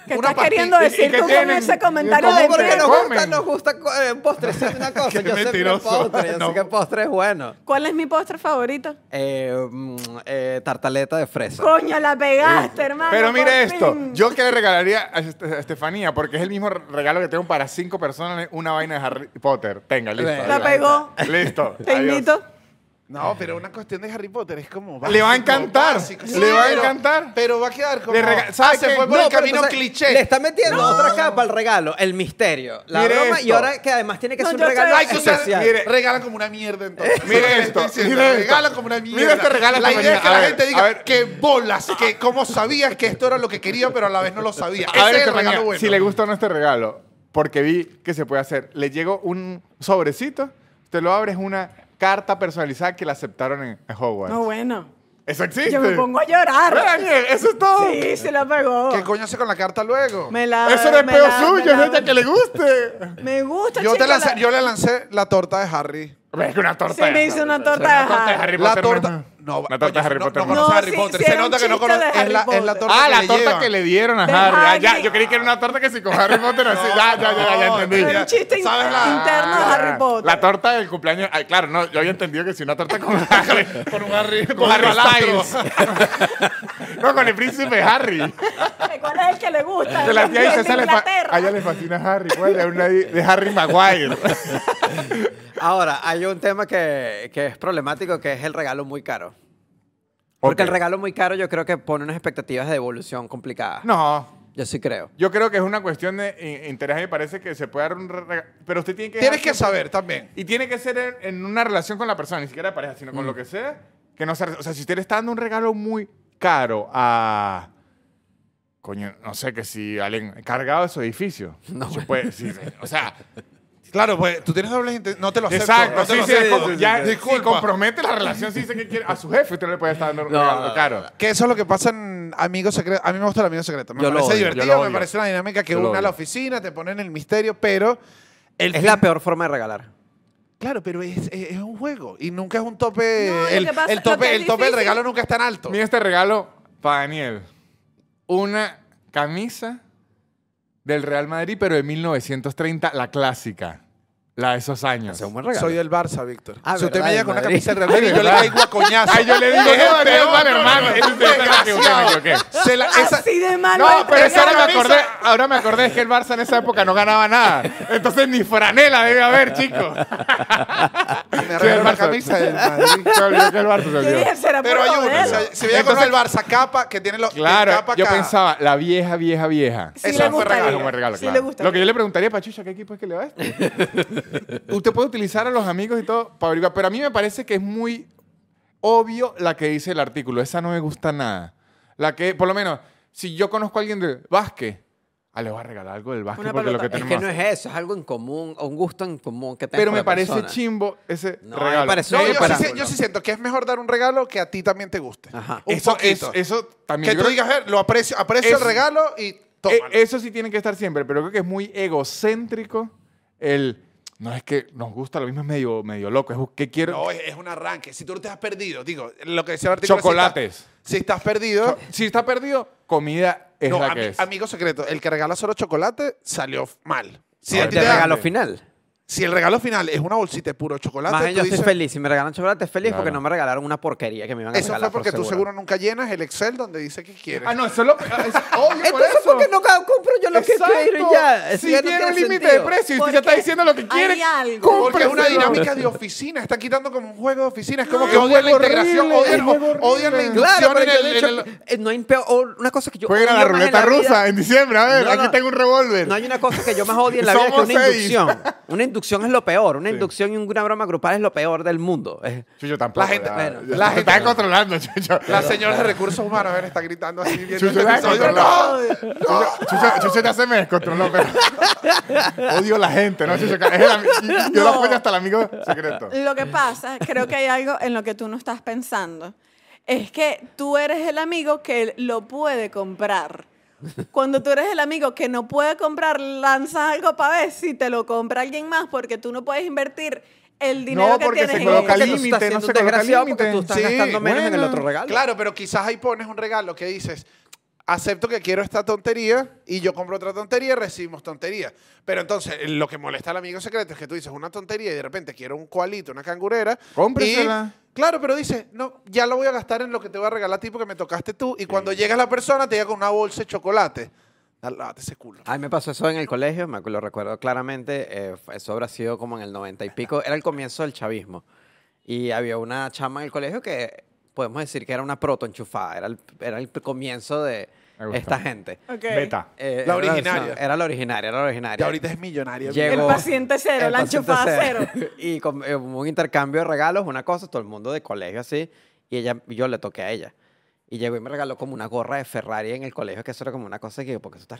¿Qué
Una
estás
pastilla.
queriendo
¿Y- y
decir
qué
tú con
tienen?
ese comentario
No,
de
porque
mí?
nos
comen?
gusta, nos gusta eh, postres. Es una cosa.
Qué
yo sé que el
mentiroso.
postre, yo sé
No.
que el postre es bueno.
¿Cuál es mi postre favorito?
Eh, mm, eh, tartaleta de fresa.
Coño, la pegaste, Ah, hermano.
Pero
por
mire esto,
fin.
yo que le regalaría a Est- a Estefanía, porque es el mismo regalo que tengo para cinco personas, una vaina de Harry Potter. Tenga, listo.
Venga.
ahí
La
va.
pegó.
Listo.
Te
adiós.
invito.
No, pero una cuestión de Harry Potter es como.
Le va a
básico,
encantar,
básico.
le va a
pero-
encantar.
Pero va a quedar como.
Le rega-
ah,
¿sabe
se
qué?
fue por
No,
el
pero
camino
entonces
cliché.
Le está metiendo otra capa al regalo, el misterio, la
Mire
broma, y
esto.
ahora que además tiene que
No,
ser un
yo
regalo
estoy-
Ay, que ustedes
especial.
mire,
regalan como una mierda entonces.
Mire
Eso es lo que
esto,
le estoy diciendo,
mire esto.
Regalan como una mierda.
Mira este regalo
La
esta
idea es que
mañana.
la
A
gente
ver, a
diga
ver.
que bolas, que cómo sabías que esto era lo que quería, pero a la vez no lo sabía.
A ver,
Ese es el
Estefanía,
regalo bueno.
si le gusta o no este regalo, porque vi que se puede hacer. Le llegó un sobrecito, te lo abres una carta personalizada que la aceptaron en Hogwarts.
No, bueno.
Eso existe.
Yo me pongo a llorar.
Ve, Daniel, eso es todo.
Sí, se la pegó.
¿Qué coño hace con la carta luego?
Me la,
Eso no es
me
peo
la- me
suyo,
la-
es ella que le guste.
Me gusta,
yo, te
chico,
lancé-
la-
yo le lancé la torta de Harry.
Es una torta.
Sí, me hizo una torta de Harry.
La torta.
No,
No,
una torta de
coño,
Harry
no-
Potter.
No,
no.
No,
conoce a Harry
sí,
Potter.
sí,
Se
era un
nota que no
chiste de
conoce. Es
Harry
la, es la
Potter.
torta
Ah,
que
la
le
torta
llevan.
que le dieron a
De
Harry. Ah, ya,
Harry.
yo creí que era una torta que si con Harry Potter así. ya, ya, ya, ya, ya entendí.
Era un chiste in-
¿Sabes la-
interno de Harry Potter.
Ah, La torta del cumpleaños. Ay, claro, no, yo había entendido que si una torta con Harry.
Con un Harry. Con,
con
un
Harry
balastro.
Styles. no, con el príncipe Harry.
¿Cuál es el que le gusta?
De la tía dice,
El de
esa le fa-
Inglaterra.
a ella le fascina Harry. ¿Cuál es una de de Harry Maguire?
Ahora, hay un tema que, que es problemático, que es el regalo muy caro. Porque
Ok.
el regalo muy caro yo creo que pone unas expectativas de devolución complicadas.
No.
Yo sí creo.
Yo creo que es una cuestión de in- interés. Me parece que se puede dar un regalo. Pero usted tiene que.
Tienes
dejar
que saber también. Mm.
Y tiene que ser en, en una relación con la persona, ni siquiera de pareja, sino con lo que sea. Que no sea, o sea, si usted le está dando un regalo muy caro a. Coño, no sé, que si alguien cargado de su edificio. No. puede, sí, o sea,
Claro, pues tú tienes dobles intenciones. No te lo acepto.
exacto.
no te
Sí,
lo
sí,
acepto.
sí, ya,
Disculpa.
si compromete la relación, si dice que quiere. A su jefe usted le puede estar dando un regalo caro.
Que eso es lo que pasa en Amigos Secretos. A mí me gusta el Amigo Secreto. Me
Yo lo
parece
odio, yo
divertido,
lo
me
odio.
parece una dinámica que
Yo lo
une a la
odio.
oficina, te ponen el misterio, pero... El
Es
fin-
la peor forma de regalar.
Claro, pero es, es- es un juego y nunca es un tope...
No, lo
el,
que pasa-
el
lo
tope,
que es
el tope del
difícil-
regalo nunca es tan alto.
Mira este regalo para Daniel. Una camisa del Real Madrid, pero de 1930, la clásica. La de esos años.
Es un buen regalo.
Soy del Barça, Víctor.
Ah,
si usted
¿verdad?
me llega
Del
con una
Madrid.
camisa del Real Madrid, yo le caigo a coñazo.
Ay, yo le dije,
Es el
no,
peor,
no, hermano.
es un desgraciado. Se la- esa-
Así de malo.
No, pero
esa
eso ahora me
camisa.
acordé. Ahora me acordé es que el Barça en esa época no ganaba nada. Entonces ni franela debe haber, chicos.
Me regaló una camisa del Madrid.
Se olvidó que el Barça se
Yo
olvidó.
dije, será
Pero
por
hay uno.
modelo.
o sea, si me llega con el Barça capa, que tiene los...
Claro,
capa
yo
acá.
pensaba, la vieja, vieja, vieja.
Sí
Eso
le
fue
gustaría.
Ah, como regalo,
Sí
claro.
le gustaría.
Lo que yo le preguntaría, Pachucha, ¿qué equipo es que le va a este? Usted puede utilizar a los amigos y todo para averiguar, pero a mí me parece que es muy obvio la que dice el artículo. Esa no me gusta nada. La que, por lo menos, si yo conozco a alguien del básquet, ah, le voy a regalar algo del básquet
Una
porque lo que
pelota.
Es
tenemos.
que no es eso, es algo en común, o un gusto en común que tenga
pero
con
me
la
parece
persona.
chimbo ese
No, me
regalo.
parece
No,
Sí,
yo,
para-
sí, yo sí siento que es mejor dar un regalo que a ti también te guste.
Ajá.
Un
eso,
poquito.
eso, eso también.
que
Yo
tú
creo-
digas, "Eh, lo aprecio, aprecio
Es-
el regalo y toma.
Eh, eso sí tiene que estar siempre, pero creo que es muy egocéntrico el. No es que nos gusta lo mismo, es medio, medio loco. Es que quiero.
no, es, es un arranque. Si tú te has perdido, digo, lo que decía el artículo. si
Chocolates.
estás- Si estás, perdido,
si está perdido, comida es
no,
la
ami-
que es.
amigo secreto, el que regala solo chocolate salió f- mal. Si,
Es
a ti
el
te dan-
regalo final.
si el regalo final es una bolsita de puro chocolate,
Más
tú
bien, yo
dices,
estoy feliz. Si me regalan chocolate, feliz
Claro.
porque no me regalaron una porquería que me iban a
eso
regalar.
fue porque
por
tú seguro nunca llenas el Excel donde dice que quieres.
Ah, no, eso es lo es obvio por
Entonces,
eso.
¿por qué no ca- compro yo lo
Exacto.
que quiero y ya? Eso
Sí
ya no
tiene un límite de
sentido.
precio y usted
Porque
ya está diciendo lo que quiere.
hay algo.
Porque es una
cómpreselo.
dinámica de oficina, está quitando como un juego de oficina. Es como
No,
que
es
odian la
horrible,
integración,
es
odian,
horrible.
odian la inducción
Claro, pero
en
yo
el-
he dicho,
en el-
eh, no hay peor, o una cosa que yo
Jueguen a
odio
la
más en
ruleta
vida-
rusa en diciembre. A ver,
No,
aquí
no.
tengo un revólver.
No hay una cosa que yo más odie en la vida que
Somos
una
seis.
inducción. Una inducción es lo peor. Una inducción y una broma grupal es lo peor del mundo. Es-
Chucho, tampoco.
La gente-
ya.
bueno,
Ya
la
se
gente-
está controlando, Chucho.
La señora de recursos humanos, a ver, está gritando así viendo
Chucho,
el
la
episodio.
controló.
¡No!
Chucho, Chucho, Chucho ya se me descontroló, pero odio a la gente, ¿no? Chucho, es el ami- yo lo
No.
apoyo hasta el amigo secreto.
Lo que pasa, creo que hay algo en lo que tú no estás pensando. Es que tú eres el amigo que lo puede comprar. Cuando tú eres el amigo que no puede comprar, lanzas algo para ver si te lo compra alguien más porque tú no puedes invertir el dinero
No,
que
porque
tienes
se
en
coloca
eso.
Porque tú
límite,
estás
no
siendo
se coloca
desgraciado porque
límite.
Tú estás
Sí,
gastando menos en el
bueno.
otro regalo.
Claro, pero quizás ahí pones un regalo que dices, acepto que quiero esta tontería y yo compro otra tontería y recibimos tontería. Pero entonces, eh, lo que molesta al amigo secreto es que tú dices una tontería y de repente quiero un cualito, una cangurera.
Cómpresela.
y- claro, pero dices, no, ya lo voy a gastar en lo que te voy a regalar tipo que me tocaste tú. Y cuando llega la persona, te llega con una bolsa de chocolate. Dale, lávate ese culo.
A mí me pasó eso en el colegio, me acu- lo recuerdo claramente, eh, f- eso habrá sido como en el 90 y pico, era el comienzo del chavismo. Y había una chama en el colegio que podemos decir que era una proto enchufada, era el, era el comienzo de
Me gusta.
esta gente.
Ok.
Beta.
Eh,
La
era
originaria.
Era la originaria, era la
Y
originaria.
ahorita es millonario.
Llegó-
El paciente cero,
el
la
paciente
enchufada cero.
y con, eh, un intercambio de regalos, una cosa, todo el mundo de colegio así. Y ella, y yo le toqué a ella. Y llegó y me regaló como una gorra de Ferrari en el colegio, que eso era como una cosa que, porque tú estás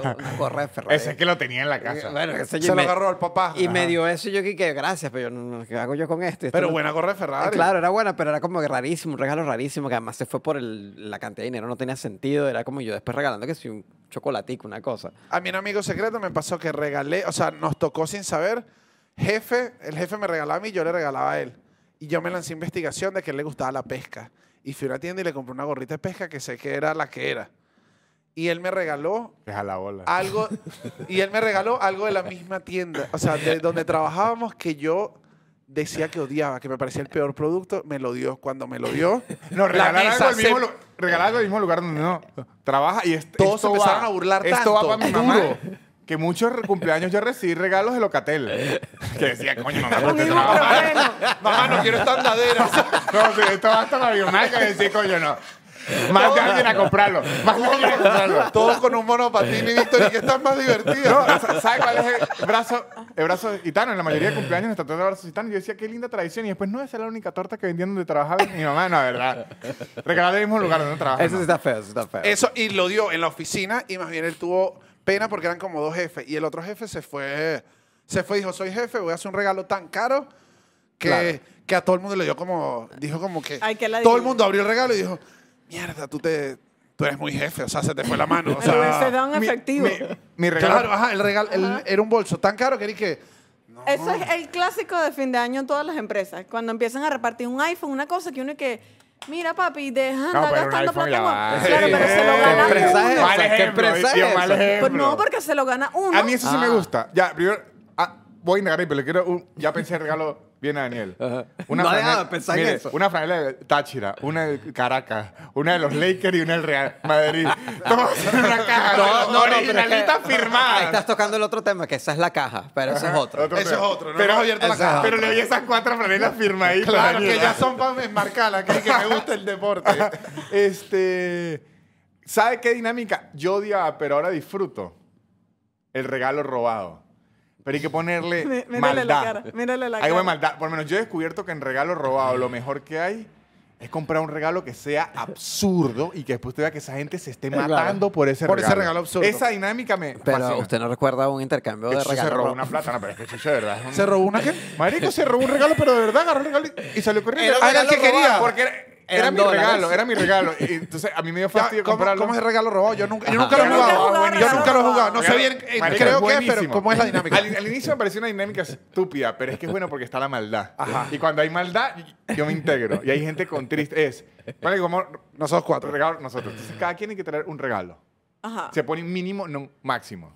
una gorra de Ferrari.
Ese es que lo tenía en la
Eh,
casa.
Bueno, qué sé
Se
yo, y
lo
me-
agarró al papá.
Y me
Ajá.
dio eso y yo que, que gracias, pero yo no, no, ¿qué hago yo con esto? Esto
Pero
no-
buena gorra de
Ah,
Ferrari.
Claro, era buena, pero era como que rarísimo, un regalo rarísimo, que además se fue por el- la cantidad de dinero, no tenía sentido, era como yo después regalando que si un chocolatico, una cosa.
A mí en Amigo Secreto me pasó que regalé, o sea, nos tocó sin saber. Jefe, el jefe me regalaba a mí y yo le regalaba a él. Y yo me lancé investigación de que a él le gustaba la pesca. Y fui a una tienda y le compré una gorrita de pesca que sé que era la que era. Y él me regaló
Deja la bola.
algo, y él me regaló algo de la misma tienda, o sea, de donde trabajábamos que yo decía que odiaba, que me parecía el peor producto, me lo dio. Cuando me lo dio,
No, regalar
la mesa
algo, al mismo,
se-
lu- regalar algo al mismo lugar donde no trabaja y est-
Todos
esto
se empezaron
va-
a burlar
Esto
tanto,
va para mi mamá.
duro.
Que muchos re- cumpleaños yo recibí regalos de Locatel. Que decía, coño, mamá, ¿por qué
mismo
trabajas?
problema.
mamá, no quiero estas laderas.
No, si esto va hasta la biomarca y decía, coño, no. Más de alguien a comprarlo. Más de alguien a comprarlo.
Todos con un monopatín y Víctor, ¿y que estás más divertido?
No, sa- ¿Sabe cuál es el brazo, el brazo gitano? En la mayoría de cumpleaños nos trataron de brazo gitano. Yo decía, qué linda tradición. Y después, no, esa es la única torta que vendían donde trabajaba mi mamá. No, de verdad. Regalar del mismo lugar donde no trabaja.
Eso sí
no.
está feo, eso está feo.
Eso, y lo dio en la oficina y más bien él tuvo pena porque eran como dos jefes. Y el otro jefe se fue, se fue y dijo, soy jefe, voy a hacer un regalo tan caro que,
Claro.
que a todo el mundo le dio como, dijo como que,
Ay, qué ladilla.
todo el mundo abrió el regalo y dijo, mierda, tú te... Tú eres muy jefe, o sea, se te fue la mano. O
Me hubiese
sea,
dado un efectivo.
Mi, mi regalo.
Claro, ajá, el regalo, el- era un bolso tan caro que era y que... no,
Eso es el clásico de fin de año en todas las empresas. Cuando empiezan a repartir un iPhone, una cosa que uno y que, mira papi, deja
No,
andar
pero un
gastando
iPhone ya
plata.
va.
en- Claro, pero se lo
Sí.
gana
¿Qué empresa es
uno.
esa?
Mal
¿Qué
ejemplo,
empresa
tío,
es
mal
esa?
Pues
ejemplo.
no, porque se lo gana uno.
A mí eso sí me
Ah.
gusta. Ya, primero, ah, voy a negar, pero le quiero. un- ya pensé el regalo bien a Daniel.
No ha
franela-
dejado de pensar en
mire,
eso.
Una franela de Táchira, una de Caracas, una de los Lakers y una del Real Madrid. Todos en una caja.
No, no, no, pero es que-
originalita
Ahí
firmada.
estás tocando el otro tema, que esa es la caja, pero eso es otro.
Otro
Ese
tema.
es otro, no
pero,
hemos abierto la
esa es
caja.
pero le doy esas cuatro franelas firmaditas.
Claro,
Daniel.
que ya son para enmarcarla, que, que me gusta el deporte.
este. ¿Sabe qué dinámica? Yo odiaba, pero ahora disfruto. El regalo robado. Pero hay que ponerle
Mí- mírale
maldad.
la cara, mírale la
hay
cara.
que poner maldad. Por lo menos yo he descubierto que en regalo robado lo mejor que hay es comprar un regalo que sea absurdo y que después usted vea que esa gente se esté
Claro.
matando por ese
Por ese
regalo.
regalo absurdo.
Esa dinámica me
Pero
fascina.
usted no recuerda un intercambio
Que
de
Chucho se
regalos.
robó
¿no?
una plata, no, pero es que Chucho de verdad es un-
¿Se robó una qué?
Marico se robó un regalo, pero de verdad agarró el regalo y- y salió corriendo.
Era un
Haga el que
regalo
quería.
robado.
Porque era, era
Eran
mi
dólares.
regalo, era mi regalo. Y entonces a mí me dio
Ya,
fastidio
¿cómo,
comprarlo.
cómo es el regalo robado? Yo nunca, yo
Ajá.
nunca
Yo
lo he
nunca he
jugado.
jugado
Yo
regalo
nunca lo he jugado. No sé
Regalo-
bien, eh,
Marico,
creo que,
buenísimo.
pero ¿cómo es la dinámica?
Al, al inicio me pareció una dinámica estúpida, pero es que es bueno porque está la maldad. Y cuando hay maldad, yo me integro. Y hay gente con triste. Es, vale, como
Nosotros cuatro.
regalo nosotros. Entonces, cada quien tiene que traer un regalo.
Ajá,
Se pone un mínimo, no un máximo.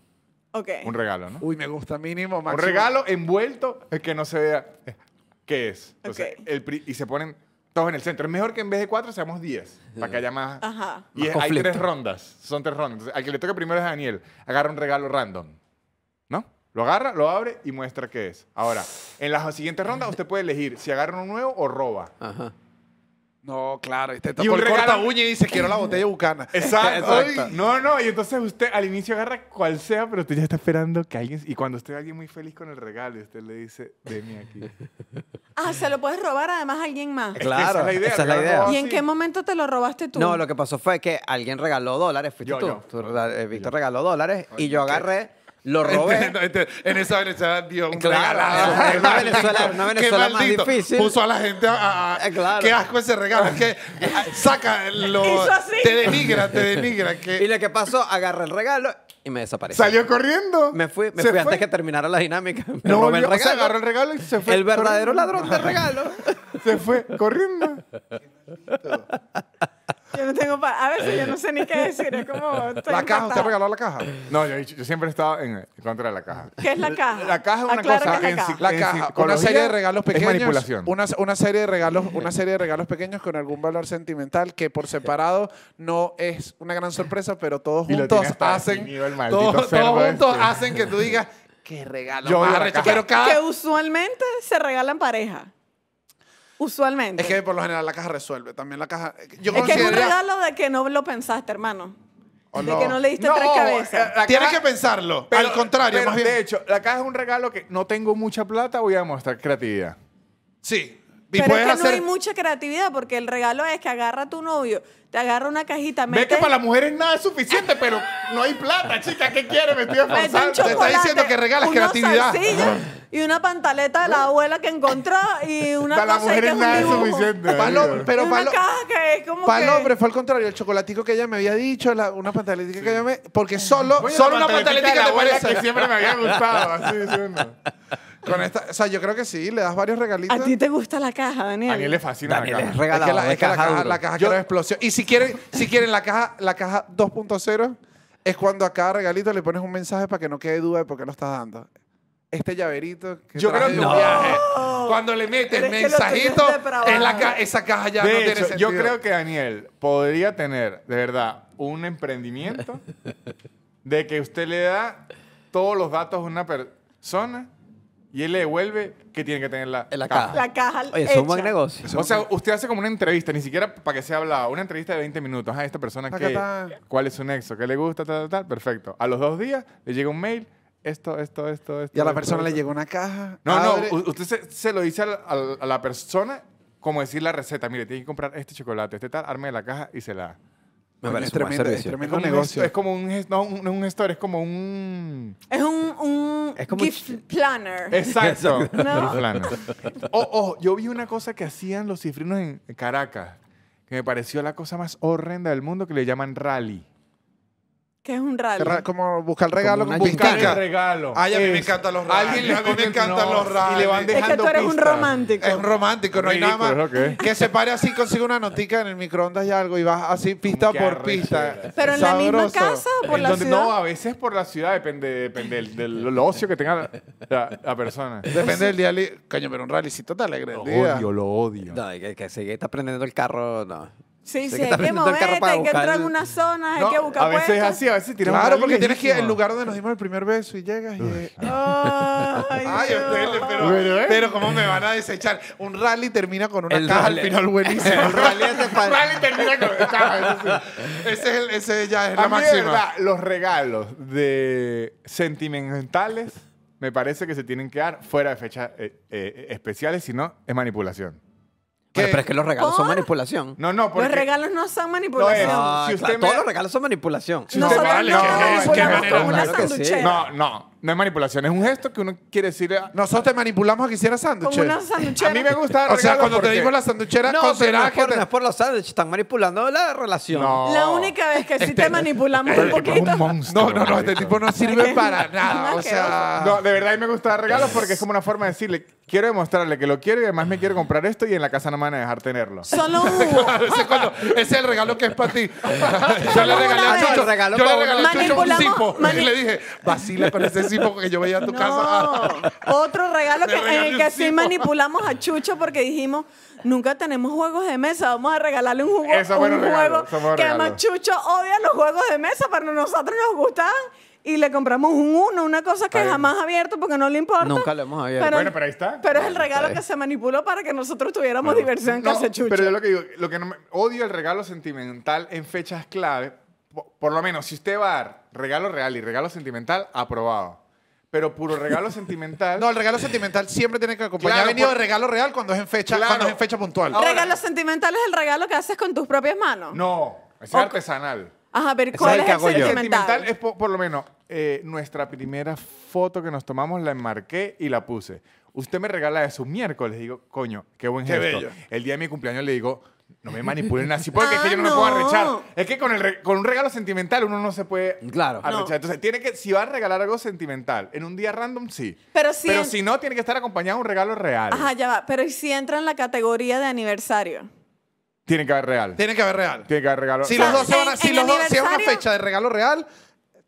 ok.
Un regalo, ¿no?
Uy, me gusta mínimo, máximo.
Un regalo envuelto eh, que no se vea eh, qué es. Entonces,
Ok.
el pri- y se ponen todos en el centro. Es mejor que en vez de cuatro seamos diez, para que haya más...
Ajá.
Y
Más
es- hay
conflicto.
tres rondas, son tres rondas. Entonces, al que le toca primero es a Daniel, agarra un regalo random, ¿no? Lo agarra, lo abre y muestra qué es. Ahora, en la siguiente ronda usted puede elegir si agarra uno nuevo o roba.
Ajá.
No, claro. Y te
Y
tocó
un
el
regalo-
corta uña y dice, quiero la botella bucana.
Exacto.
Ay,
Ay, No, no, y entonces usted al inicio agarra cual sea, pero usted ya está esperando que alguien... Y cuando usted ve a alguien muy feliz con el regalo, y usted le dice, deme aquí.
Ah, se lo puedes robar además a alguien más.
que esa
Claro,
es la idea,
esa es la
regalo
idea.
robado.
¿Y en
sí.
qué momento te lo robaste tú?
No, lo que pasó fue que alguien regaló dólares, fuiste
Yo,
tú.
yo.
Tú rega- eh, Víctor regaló dólares y yo agarré, lo robé.
Entiendo, entiendo. Este, En esa Venezuela dio un
Claro,
regalado.
esa es una
Qué
Venezuela-
maldito.
una
Qué
Venezuela más
maldito.
difícil.
Puso a la gente a... a-
Eh, claro.
Qué asco ese regalo. Es que ah, saca lo...
Hizo así.
Te denigra, te denigra. Que...
Y lo que pasó, agarré el regalo y me desapareció.
Salió corriendo.
Me fui, me
Se
fui antes
fue.
que terminara la dinámica. Me
No
robé
volvió,
el
o sea,
regalo.
agarró el regalo y se fue.
el verdadero
corriendo.
ladrón de regalo.
Se fue corriendo.
Yo no tengo pa- a veces yo no sé ni qué decir, es como... estoy
La caja, ¿usted
impactada.
regaló la caja?
No, yo, yo siempre he estado en, en contra de la caja.
¿Qué es la caja?
La caja es una
Aclara
cosa
qué es la
en
caja.
sí-
La
En
caja, una
psicología
serie de regalos
es
pequeños.
manipulación.
Una, una serie de regalos, una serie de regalos pequeños con algún valor sentimental que por separado no es una gran sorpresa, pero todos
Y lo
juntos
tiene hasta
hacen.
definido el maldito
Todos,
cerdo
todos juntos
este.
hacen que tú digas qué regalo.
Yo
más
odio la
arrecho",
caja.
pero cada-
Que usualmente se regalan pareja. Usualmente.
es que por lo general la caja resuelve. También la caja. Yo
Es que es un
consideraría-
regalo de que no lo pensaste, hermano.
¿O
de
no?
que no le diste
No,
tres
eh,
cabezas.
la
Tienes
caja-
que pensarlo.
Pero-
Al contrario,
pero
más bien.
De hecho, la caja es un regalo que no tengo mucha plata, voy a mostrar creatividad.
sí. Y
Pero es
puedes
que no
hacer.
hay mucha creatividad porque el regalo es que agarra a tu novio, te agarra una cajita,
Ve que
mete,
para las mujeres nada es suficiente, pero no hay plata, chica. ¿Qué quieres? Me estoy
mete un
esforzando.
te está
chocolate,
diciendo que regalas
unos
creatividad.
zarcillos y una pantaleta de la abuela que encontró y una
Para las
cosa ahí
mujeres
que es un
nada es
dibujo.
suficiente.
Palo-
amigo.
pero
Y una
palo-
caja que es como
Para el
que-
hombre fue al contrario, el chocolatico que ella me había dicho, la- una pantaletica que ella me... Porque solo,
Oye,
solo
la
una
pantaletica de
pantaletica
la
te
abuela
parece.
que siempre me había gustado. Así diciendo.
Con esta, o sea, yo creo que sí, le das varios regalitos.
A ti te gusta la caja, Daniel.
A mí le fascina
Daniel
la
es
caja.
es
regalado.
que la,
de
es que la
caja
caja,
duro.
la caja creó explosión. Y si quieren, si quieren la caja, la caja 2.0 es cuando a cada regalito le pones un mensaje para que no quede duda de por qué lo estás dando. Este llaverito que
Yo
traje
creo que-
de un
No.
viaje, cuando le metes
Pero es que lo
mensajito,
tuyo es depravado.
en la ca- esa caja ya
de
no
hecho,
tiene sentido.
yo creo que Daniel podría tener, de verdad, un emprendimiento de que usted le da todos los datos a una persona y él le devuelve que tiene que tener la,
En la
caja.
caja.
La caja
Oye, eso es un
hecha.
buen negocio.
O sea, usted hace como una entrevista, ni siquiera para que sea hablado, una entrevista de 20 minutos. Ah, esta persona
Acá
que,
está.
cuál es su nexo, qué le gusta, tal, tal, tal, perfecto. A los dos días le llega un mail, esto, esto, esto, esto.
Y a la
esto,
persona le
esto.
llegó una caja.
No,
abre-
no, u- usted se, se lo dice al- al- a, la persona como decir la receta. Mire, tiene que comprar este chocolate, este tal, arme la caja y se la... da.
Me
Coño,
parece
es
un buen
tremendo, es
servicio.
tremendo
como un
negocio.
gesto- es como un gesto, no, un- no un gestor, es como un...
Es un, un
Es como un
gift planner.
Exacto.
No.
Un plano. Oh, oh, yo vi una cosa que hacían los cifrinos en Caracas, que me pareció la cosa más horrenda del mundo, que le llaman rally.
que es un rally.
Ra- Como buscar el regalo,
Como una
como buscar
Buscar
el
el
Pistica.
regalo.
Ay, a mí me
Es-
encantan los rally.
Alguien le
A mí me
escribe-
encantan los
Y le
rally.
van
Es que
es
dejando
que tú eres un
pistas.
romántico.
Es un romántico, no hay
Ridículo,
nada más.
es lo que es.
que se pare así, consigue una notica en el microondas y algo y vas así pista
que
por
arrechera.
pista.
Pero en la misma
Sabroso.
casa o por
En
la
donde-
ciudad.
No, a veces por la ciudad, depende, depende del, del- del ocio que tenga la, la- la persona.
pues,
Depende del día. li- Coño, pero un rallycito te alegre el
Lo
día.
odio, lo odio.
No, y que, que sigue está prendiendo el carro, no.
sí, sí,
Sé que
hay
está
que
prendiendo el carro
moverte,
para
hay que
buscar
entrar en
el-
unas zonas,
No,
hay que buscar
a veces es
puertas.
así, a veces tiramos
Claro, porque tienes que ir al lugar donde nos dimos el primer beso y llegas y...
Ay,
Ay,
no.
ustedes, pero,
Bueno, ¿eh?
pero ¿cómo me van a desechar? Un rally termina con una
El
caja al
rally.
final buenísimo.
El rally hace falta.
rally termina con una caja. eso sí. Ese, es el- ese ya es la
A mí, de
máxima.
verdad, los regalos de sentimentales me parece que se tienen que dar fuera de fechas eh, eh, especiales, si no, es manipulación.
Bueno, pero es que los regalos son
¿Por?
manipulación.
No, no, porque...
Los regalos no son
No,
manipulación.
Ah,
si usted
claro,
me-
Todos los regalos son manipulación.
no,
Nosotros
vale,
no
¿qué es? ¿Qué
manipulamos
manera?
como una
Claro que sí.
sanduchera.
No, no, no es manipulación, es un gesto que uno quiere decir... A
Nosotros te manipulamos a que hicieras
Como
sándwiches.
una sanduchera.
mí me gusta dar
O sea,
regalos
cuando te
porque-
dimos la sanduchera,
No, pero no
considerabas
es
que
por,
te...
no es por los sándwiches, están manipulando la relación.
No.
La única vez que sí te manipulamos un
Porque es este, un
poquito.
monstruo,
No, no, no, este
marico.
tipo no sirve para nada. O
Asqueroso.
sea,
No, de verdad a mí me gusta dar regalos porque es como una forma de decirle, quiero demostrarle que lo quiero y además me quiero comprar esto y en la casa no me van a dejar tenerlo.
Solo hubo.
ese, es cuando- ese es el regalo que es para ti. Yo le regalé
Una
a
vez.
Chucho,
Regalo
yo
para
le regalé a
uno.
Chucho un
Manipulamos-
cipo.
mani-
Y le dije, vacila con ese cipo que yo veía a tu casa.
Ah.
No. Otro regalo
Me
que, en
regaló
el
un
que sí
cibo.
manipulamos a Chucho porque dijimos, nunca tenemos juegos de mesa, vamos a regalarle un, jugo-
Eso fue
un
un regalo,
juego
eso fue un
que
regalo.
además Chucho odia los juegos de mesa, pero nosotros nos gustaban y le compramos un uno, una cosa
Está
que
bien.
jamás ha abierto porque no le importa.
Nunca lo hemos abierto.
Bueno, pero ahí está.
Pero es el regalo que se manipuló para que nosotros tuviéramos diversión en
No,
casa de Chucho.
pero yo lo que digo, lo que no me- odio el regalo sentimental en fechas clave, po- por, lo menos si usted va a dar regalo real y regalo sentimental, aprobado. Pero puro regalo sentimental...
No, el regalo sentimental siempre tiene que acompañar.
Claro,
Ha venido
por-
de regalo real cuando es en fecha,
Claro.
cuando es en fecha puntual.
ahora-
regalo sentimental es el regalo que haces con tus propias manos.
no, es
O-
artesanal.
Ajá, pero
Ese
¿cuál
es el
es
que
el
hago yo.
sentimental?
Sentimental es po- por, lo menos eh, nuestra primera foto que nos tomamos la enmarqué y la puse. Usted me regala eso un miércoles, digo, coño, qué buen
Qué
gesto.
bello.
El día de mi cumpleaños le digo, no me manipulen así porque es
Ah,
que yo no, me puedo
no.
arrechar. Es que con, el re- con un regalo sentimental uno no se puede
Claro.
arrechar.
No.
Entonces, tiene que, si va a regalar algo sentimental en un día random, sí.
Pero si en-
si no, tiene que estar acompañado de un regalo real.
Ajá, ya va. Pero ¿y si entra en la categoría de aniversario?
Tiene que haber real.
Tiene que haber real.
Tiene que haber regalo.
Si
O sea,
los dos se van a,
en-
si
en
los dos, si es una
aniversario-
fecha de regalo real,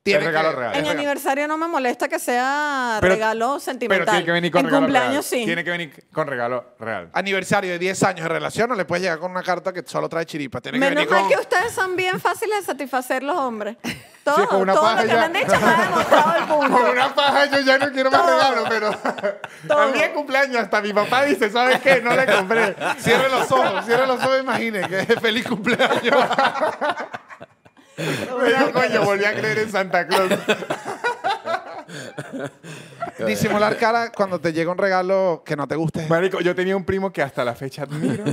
tiene
regalo
que,
real.
es
En mi aniversario no me molesta que sea
Pero-
regalo sentimental.
Pero tiene que venir con
en
regalo
cumpleaños
real.
sí.
Tiene que venir con regalo real.
Aniversario de 10 años de relación, no le puedes llegar con una carta que solo trae chiripa. Tiene
Menos
que venir
mal
con...
que ustedes son bien fáciles de satisfacer los hombres. Todo,
Sí, con una
todo
paja
lo que
ya.
me han dicho me ha demostrado el punto.
Con una paja yo ya no quiero más
Todo.
regalo, pero
Todo.
a mí de cumpleaños hasta mi papá dice, ¿sabes qué? No le compré.
Cierre los ojos, cierre los ojos, imagine que es feliz cumpleaños.
Me dijo, coño, volví a creer en Santa Claus.
Disimular cara cuando te llega un regalo que no te guste.
Marico, yo tenía un primo que hasta la fecha admiro,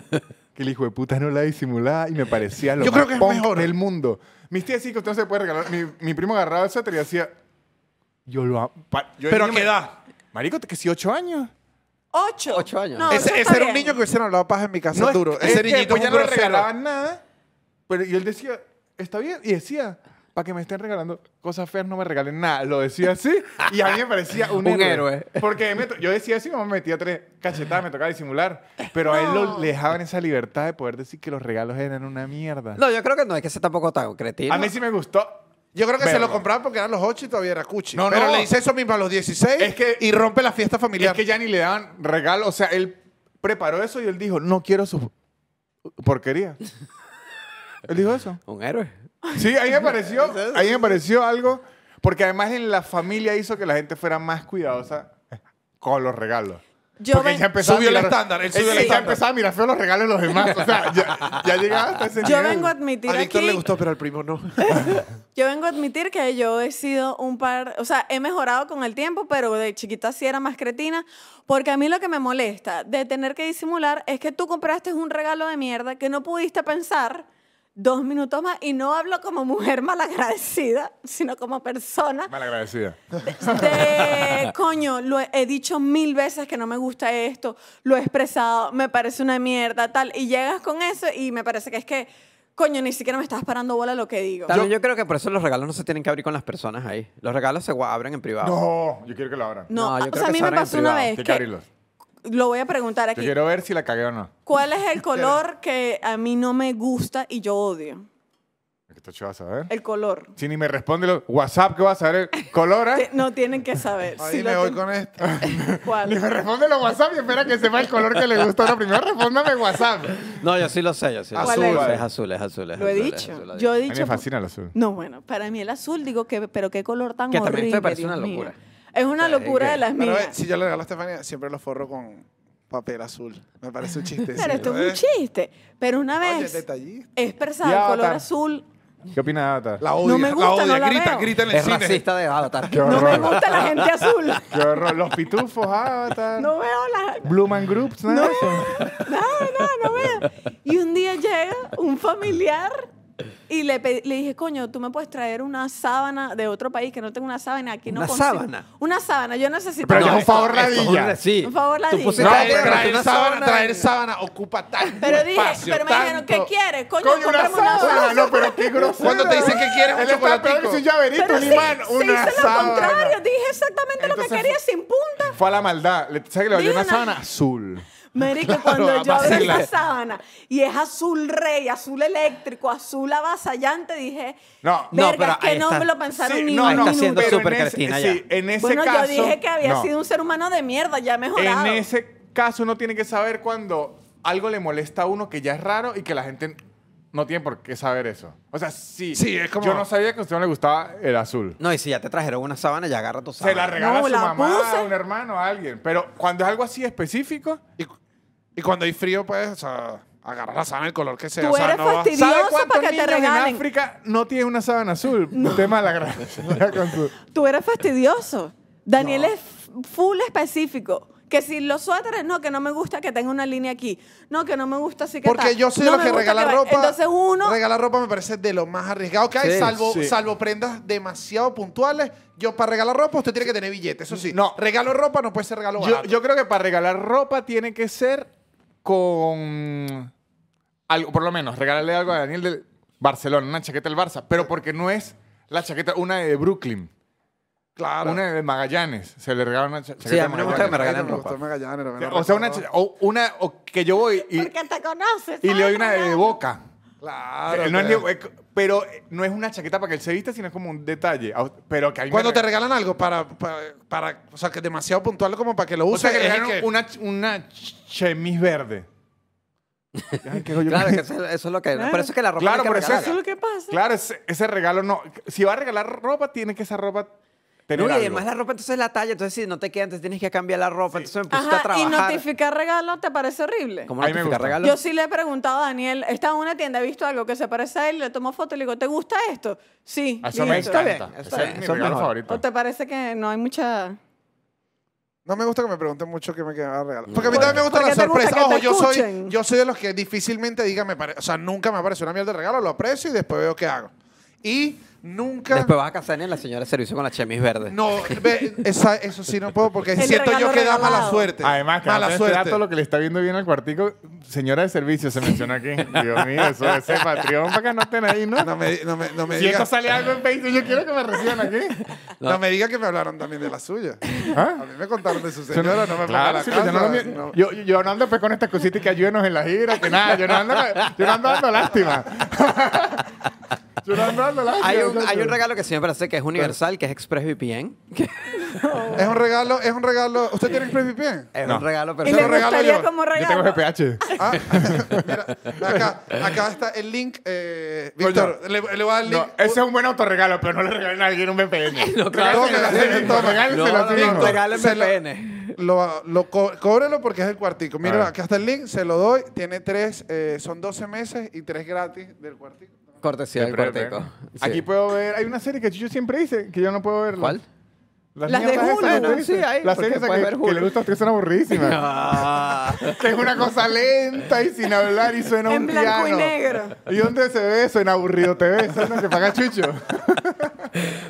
que el hijo de puta no la disimulaba y me parecía lo
Yo
más
creo que es
punk
mejor.
del mundo. Mis tías sí que usted no se puede regalar. Mi, mi primo agarraba el suéter y decía, yo lo amo. Pa- yo de
¿Pero
niño
qué
me-
edad?
Marico, que si ocho años.
Ocho.
Ocho años.
No,
ese
eso está
ese era un
bien.
niño que hubiesen hablado paja en mi casa duro.
es
Ese
que
niñito
después
es
ya
un
no le
grosero.
regalaban nada. Pero y él decía, está bien. Y decía, para que me estén regalando cosas feas, no me regalen nada. Lo decía así. Y a mí me parecía un,
Un héroe.
Porque me to- yo decía así, mi mamá me metía tres cachetadas, me tocaba disimular. Pero a él lo, le dejaban esa libertad de poder decir que los regalos eran una mierda.
No, yo creo que no es que sea tampoco tan cretino.
a mí sí me gustó.
Yo creo que se
Verga.
lo compraban porque eran los 8 y todavía era cuchi.
No,
Pero
no.
le hice eso mismo a los 16
Es que-
y rompe la fiesta familiar.
Es que ya ni le daban regalo. O sea, él preparó eso y él dijo, no quiero su porquería. él dijo eso.
Un héroe.
Sí, ahí me pareció, ahí me pareció algo, porque además en la familia hizo que la gente fuera más cuidadosa con los regalos.
Yo
porque
ven-
ya empezaba
Subió
a
el
mirar-
estándar, él subió el
ya
estándar.
empezaba a mirar feo los regalos de los demás, o sea, ya, ya llegaba hasta ese
Yo
nivel.
vengo a admitir
a Víctor
aquí,
le gustó, pero al primo no.
yo vengo a admitir que yo he sido un par, o sea, he mejorado con el tiempo, pero de chiquita sí era más cretina, porque a mí lo que me molesta de tener que disimular es que tú compraste un regalo de mierda que no pudiste pensar dos minutos más, y no hablo como mujer malagradecida, sino como persona
Malagradecida.
de, coño, lo he, he dicho mil veces que no me gusta esto, lo he expresado, me parece una mierda, tal, y llegas con eso y me parece que es que, coño, ni siquiera me estás parando bola lo que digo.
También yo, creo que por eso los regalos no se tienen que abrir con las personas ahí. Los regalos se gua- abren en privado.
No, yo quiero que lo abran.
no,
No, yo
o
creo
sea, a
que
mí
se
me
abren en
pasó una
privado.
vez
Hay que
que,
abrirlos.
lo voy a preguntar
Yo
aquí,
quiero ver si la cagué o no.
¿cuál es el color que a mí no me gusta y yo odio?
Esto chido vas a saber.
El color.
Si ni me responde lo- WhatsApp, que vas a ver el color,
Te-
¿eh?
No tienen que saber.
Ahí
si
me
lo
voy
ten-
con esto.
Ni me
¿Cuál?
responde los WhatsApp y espera que sepa el color que le gustó. No, primero respóndame WhatsApp.
No, yo sí lo sé, yo sí. lo
Azul,
sé.
vale.
Es azul, es azul. es
Lo he
azul, es azul,
dicho.
es
Yo he
A mí
dicho.
me fascina el azul.
No, bueno, para mí el azul, digo, que, pero qué color tan
Que
horrible.
también te parece
Dios
una
mío.
locura.
Es una
O sea, es
locura
que-
de las
Pero
mías.
eh, si yo le regalo a Estefanía, siempre lo forro con papel azul. Me parece un chiste.
Pero esto es
¿eh?
un chiste. Pero una
Oye,
vez
detallista.
he expresado
Ya,
el color
Avatar.
azul.
¿Qué opina Avatar?
La odia,
No me gusta,
la odia.
no la
grita,
veo.
grita en el
Es
cine.
racista de Avatar.
Qué
No me
horror.
gusta la gente azul.
Qué horror. Los pitufos, ah, Avatar.
No veo la.
Blue Man Groups, nada de eso.
No, no, no veo. Y un día llega un familiar y le, pedí- le dije, coño, tú me puedes traer una sábana de otro país que no tengo una sábana aquí. No
¿Una
consigo".
sábana?
Una sábana. Yo necesito.
Pero ya es
No,
un favor
Horrible,
ladilla.
Sí.
Por favor, la
Tú
diga.
pusiste
No,
No,
ahí,
pero
pero tú
traer
no
sábana,
sabes.
traer sábana ocupa tanto
Pero dije,
espacio,
pero me dijeron,
tanto.
¿qué quieres? Coño,
Coño, una
cómprame una
sábana.
sábana.
No, pero qué grosero.
Cuando te dicen que quieres un
Él está
chocolatico.
peor que un llaverito,
Pero
un
sí,
imán,
sí
una
hice lo contrario.
sábana.
Dije exactamente lo que
Entonces
quería
fue-
sin punta.
Fue a la maldad. Le- ¿Sabes que le valió
Dije
una
una-
sábana? Azul.
Marico, cuando yo abrí esa sábana y es azul rey, azul eléctrico, azul avasallante, dije,
No,
no,
verga,
pero
es que
ahí
no
está.
me lo pensaron
Sí,
ni
no,
un
está
minuto.
siendo
pero
súper
en ese-
cretina ya.
Sí, en ese
bueno,
caso.
yo dije que había
no.
sido un ser humano de mierda, ya mejorado.
En ese caso uno tiene que saber cuando algo le molesta a uno que ya es raro y que la gente no tiene por qué saber eso. O sea, sí.
Sí, es como-
Yo no sabía que a usted no le gustaba el azul.
No, y si ya te trajeron una sábana, ya agarra tu sábana.
Se la regala
No,
a su
la
mamá,
puse.
a un hermano, a alguien. Pero cuando es algo así específico,
Y, cu- y cuando hay frío, pues, o sea, agarrar la sábana el color que sea.
Tú
o sea,
eres
no va-
fastidioso.
¿sabe
Curioso
cuántos
para que te
niños en
regalen.
África no tienen una sábana azul? Usted mala gracia. con su-
Tú eres fastidioso. Daniel es full específico. Que si los suéteres, no, que no me gusta que tenga una línea aquí. No, que no me gusta así que
Porque
tal.
yo soy
No
de
me
los que
gusta
regala
va-
ropa.
Entonces uno...
Regalar ropa me parece de lo más arriesgado que hay,
Sí,
salvo,
sí.
salvo prendas demasiado puntuales. Yo, para regalar ropa, usted tiene que tener billete, eso sí.
No.
Regalo ropa no puede ser regalo
Yo,
barato.
yo creo que para regalar ropa tiene que ser con algo, por lo menos, regalarle algo a Daniel del Barcelona, una chaqueta del Barça, pero porque no es la chaqueta, una de Brooklyn.
Claro.
Una de Magallanes, se le regaló una cha- chaqueta
Sí, a mí no me gusta que me
Magallanes.
regalen
me
ropa.
gustó Magallanes, pero bueno,
O sea, una,
recuerdo.
cha- o una o que yo voy y,
Porque te conoces.
y le doy
¿sabes?
una de boca.
Claro.
Él no es
pero-
ni- eh, pero no es una chaqueta para que él se vista, sino es como un detalle. Ah, Pero que a mí me
Cuando te
reg-
regalan algo para, para, para- O sea, que es demasiado puntual como para que lo
O
uses.
sea, que le
es el
regalaron
que-
una, una ch- chemis verde. Ay, qué coño.
Claro, que eso, eso es lo que. Por eso es que la ropa
Claro,
no hay
por
que
eso es-
regalarla.
lo que pasa.
Claro, ese, ese regalo no. Si va a regalar ropa, tiene que esa ropa tener
No, y
algo.
además la ropa entonces es la talla, entonces si no te queda, entonces tienes que cambiar la ropa, entonces me pusiste
Ajá,
a
y
trabajar.
notificar regalo te parece horrible.
¿Cómo
A mí me
notificar
gusta.
regalo?
Yo sí le he preguntado a Daniel, estaba en una tienda, he visto algo que se parece a él, le tomo foto y le digo, ¿te gusta esto? Sí.
Eso me
listo.
Está
encanta.
bien, está
Ese
bien,
es mi
eso es
regalo
mejor.
favorito.
¿O te parece que no hay mucha...
No me gusta que me pregunten mucho qué me queda regalar. Porque a mí también me gusta
¿Por
la
qué te gusta
sorpresa.
que
Ojo,
te
yo soy,
escuchen?
yo soy de los que difícilmente diga, me pare- o sea, nunca me aparece una mierda de regalo, lo aprecio y después veo qué hago. Y nunca.
Después vas a casar en la señora de servicio con la chemis verde.
No, ve, esa- eso sí no puedo porque
El
siento yo
regalo
que da
regalado.
mala suerte.
Además, que
mala
antes de
suerte.
dato, lo que le está viendo bien al cuartico, señora de servicio se menciona aquí. Dios mío, eso, ese Patreon para que anoten ahí, ¿no?
No me, no me, no me
si
diga,
esto sale algo en Facebook, yo quiero que me reciban aquí.
no. me diga que me hablaron también de la suya.
¿Ah?
A mí me contaron de su
Señora,
señora, no me
Claro,
pagaron
sí, pero yo, no lo mi-
no.
yo, yo- yo no ando pues con estas cositas que ayúdenos en la gira, que nada, yo no ando, yo no ando dando lástima. yo no ando dando lástima.
Hay un,
muchacho.
hay un regalo que siempre hace que es universal, que es ExpressVPN. que
Es un regalo, es un regalo. ¿Usted tiene ExpressVPN?
Es
No.
un regalo
Y
Eso
le
lo
perfecto.
regalo
gustaría
yo.
como
Yo tengo
regalo.
GPH.
Ah, mira, acá, acá está el link. eh,
Coño.
Víctor, le, le voy a dar el link.
No, ese es un buen autorregalo, pero no le regalen a alguien un VPN. No,
claro.
Regálenselo
No,
a sí
no, no,
mismo.
regalo- Dale
Se lo-
VPN.
Lo, lo co- cóbrelo porque es el cuartico.
A ver.
Mira, acá está el link, se lo doy. Tiene tres, eh, son 12 meses y tres gratis del cuartico.
Cortesía del
Siempre,
cuarteco.
¿no?
Sí.
Aquí puedo ver, hay una serie que yo siempre hice que yo no puedo verla.
¿Cuál?
Las de
mierdas esas
Hulu,
que
¿no?
usted dice.
Sí, ahí,
Las
porque
series esas
puedes
que,
ver
que
Hulu.
le gusta a usted son aburridísimas.
Ah.
que es una cosa lenta y sin hablar y suena
En
un
blanco
piano.
y negro.
¿Y dónde se ve eso? En aburrido TV, eso es lo que paga Chucho.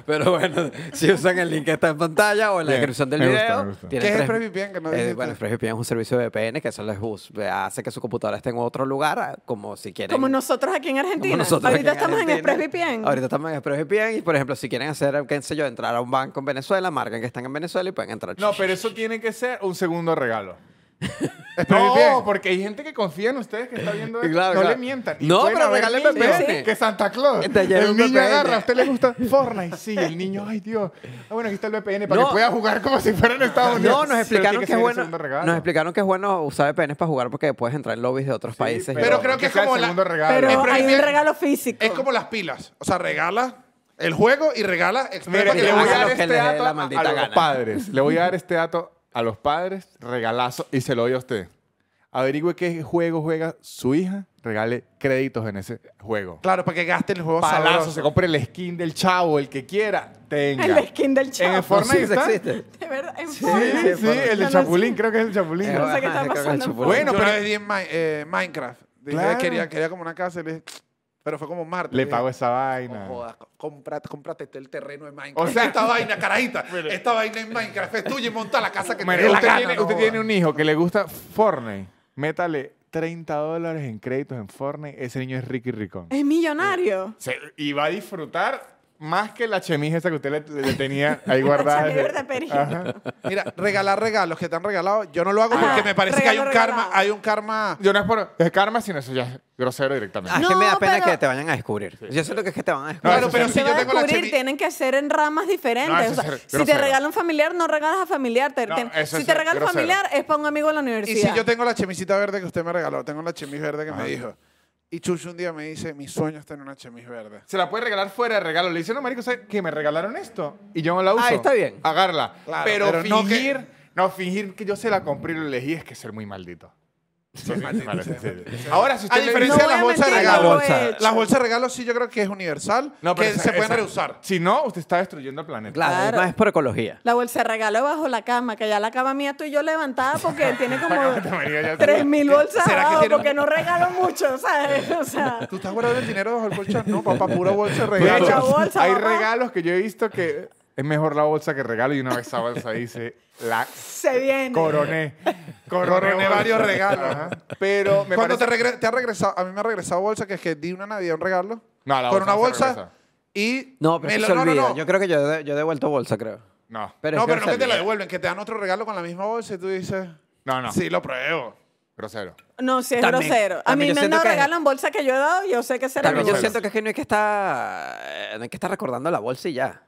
Pero bueno, si usan el link que está en pantalla o en la
Bien,
descripción del
me gusta, me
video.
gusta.
tienen
¿Qué es
tres-
ExpressVPN que no
Eh,
dijiste?
bueno, ExpressVPN es un servicio de VPN que eso les bus- hace que su computadora esté en otro lugar, ah, como si quieren.
Como nosotros aquí en
como
Argentina.
nosotros
Ahorita
aquí
estamos en
Argentina.
ExpressVPN.
Ahorita estamos en ExpressVPN y, por ejemplo, si quieren hacer, qué sé yo, entrar a un banco en Venezuela, marcan que están en Venezuela y pueden entrar.
No, pero eso tiene que ser un segundo regalo.
bien.
No, porque hay gente que confía en ustedes que está viendo esto.
Claro,
no
claro.
le mientan.
No,
pueden
pero
haber
regálenle
niños
VPN.
Que Santa Claus.
Te lleva
el
un
niño
VPN.
agarra. A usted le gusta Fortnite. Sí, el niño, ay Dios. Ah, bueno, aquí está el VPN para
No.
que pueda jugar como si fuera en Estados Unidos.
No, nos
Pero
explicaron
tiene
que, es
ser el
bueno.
segundo regalo.
Nos explicaron que es bueno usar VPNs para jugar porque puedes entrar en lobbies de otros
Sí,
países. y
Pero
todo.
creo que es
sea el
como la-
segundo regalo.
Pero
Es
hay un
previo-
regalo físico.
Es como las pilas. O sea, regala el juego y regala Express
Mira,
para que
le
lo
voy a
hagan
dar
lo que
este
les dé
dato
la
a-
maldita
a los
gana.
padres. Le voy a dar este dato a los padres, regalazo, y se lo doy a usted. Averigüe qué juego juega su hija, regale créditos en ese juego.
Claro, para que gaste el juego
Palazo,
sabroso.
se compre el skin del chavo, el que quiera, tenga.
El skin del
En
chavo.
el Fortnite
Sí, eso
está.
existe.
De verdad, en
Sí, sí,
forma.
el de
Yo no
Chapulín,
sé.
creo que es el Chapulín.
no sé qué
Ajá,
está
creo que es
pasando en
chupón.
Bueno,
Bueno, pero
pero-
le di en Mi- eh, Minecraft. Dije,
Claro.
quería, quería como una casa y le dije, pero fue como un martes.
Le
Dije,
pago esa
No
vaina.
jodas, cómprate, cómprate este, el terreno de Minecraft.
O sea-
esta vaina, carajita, esta vaina en Minecraft es tuya y monta la casa que
Mire,
te dé la
usted
gana,
tiene,
no
usted
jodas.
tiene un hijo que le gusta Fortnite, métale 30 dólares en créditos en Fortnite, ese niño es Ricky Ricón.
Es millonario.
Se- y va a disfrutar más que la chemise esa que usted le, le tenía ahí
La
guardada.
chaqueta verde perilla.
Mira, regalar regalos que te han regalado, yo no lo
Ah,
hago
Ajá,
porque me parece que hay un
regalo
karma,
regalado.
hay un karma.
Yo no es por es karma, sino eso ya es grosero directamente.
Ah, es que me da
No,
pena
pero-
que te vayan a descubrir. Yo siento que es que te van a descubrir.
Claro, pero
Se
si
va
yo
a
tengo la
descubrir,
chemi-
tienen que ser en ramas
No, eso
diferentes. O
es
sea,
ser
si te
grosero.
regala un familiar, no regalas a familiar. Te-
No,
te-
eso
si
es
te
ser
regala un
grosero.
familiar, es para un amigo de la
Y
universidad.
si yo tengo la chemisita verde que usted me regaló, tengo la chemis verde que
Ajá.
me dijo. Y Chucho un día me dice, mi sueño está en una chemis verde.
Se la puede regalar fuera de regalo. Le dice, no, marico, ¿sabes que me regalaron esto? Y yo no la uso.
Ah, está bien.
Agarla.
Claro,
pero,
pero no
fingir, no, fingir que yo se la compré y lo elegí es que ser muy maldito. Soy malo, en serio. Ahora, si usted
A
le-
diferencia
No
de las
voy a
bolsas de
mentir,
no
regalos,
lo he
Bolsa.
hecho.
las bolsas de regalos sí yo creo que es universal,
No,
que
pero esa-
se pueden
esa-
reusar.
Si no, usted está destruyendo el planeta.
Claro,
Claro.
además es por ecología.
La bolsa de regalo bajo la cama, que ya la cama mía tú y yo levantada porque tiene como
María, ya-
3.000 bolsas
¿Será que
abajo
tiene-
porque no regalo mucho, ¿sabes? O sea,
¿Tú estás guardando el dinero bajo el colchón? No, papá, pura bolsa
De
de regalos.
Mucha
hecho,
bolsa,
hay
papá.
regalos que yo he visto que es mejor la bolsa que regalo y una vez esa bolsa dice la
se viene.
coroné. Coroné,
Coroné varios
bolsa.
regalos.
Ajá. Pero me
Cuando
parece...
te, regre- te ha regresado, a mí me ha regresado bolsa que es que di una Navidad un regalo.
No, la
con
bolsa
una
no se
bolsa
regresa.
y
No, pero
me
eso
lo-
se
no, no,
olvida.
no.
Yo creo que yo, he- yo he devuelto bolsa, creo.
No.
Pero
no, pero no
es
que te
grosería.
la devuelven, que te dan otro regalo con la misma bolsa y tú dices,
No, no.
sí, lo pruebo.
Grosero.
No, sí es
También-
grosero. A mí
también yo
me han
siento
dado
que-
regalo en bolsa que yo he dado, yo sé que será
También yo
grosero.
siento que es que no hay que estar, eh, no hay que estar recordando la bolsa y ya.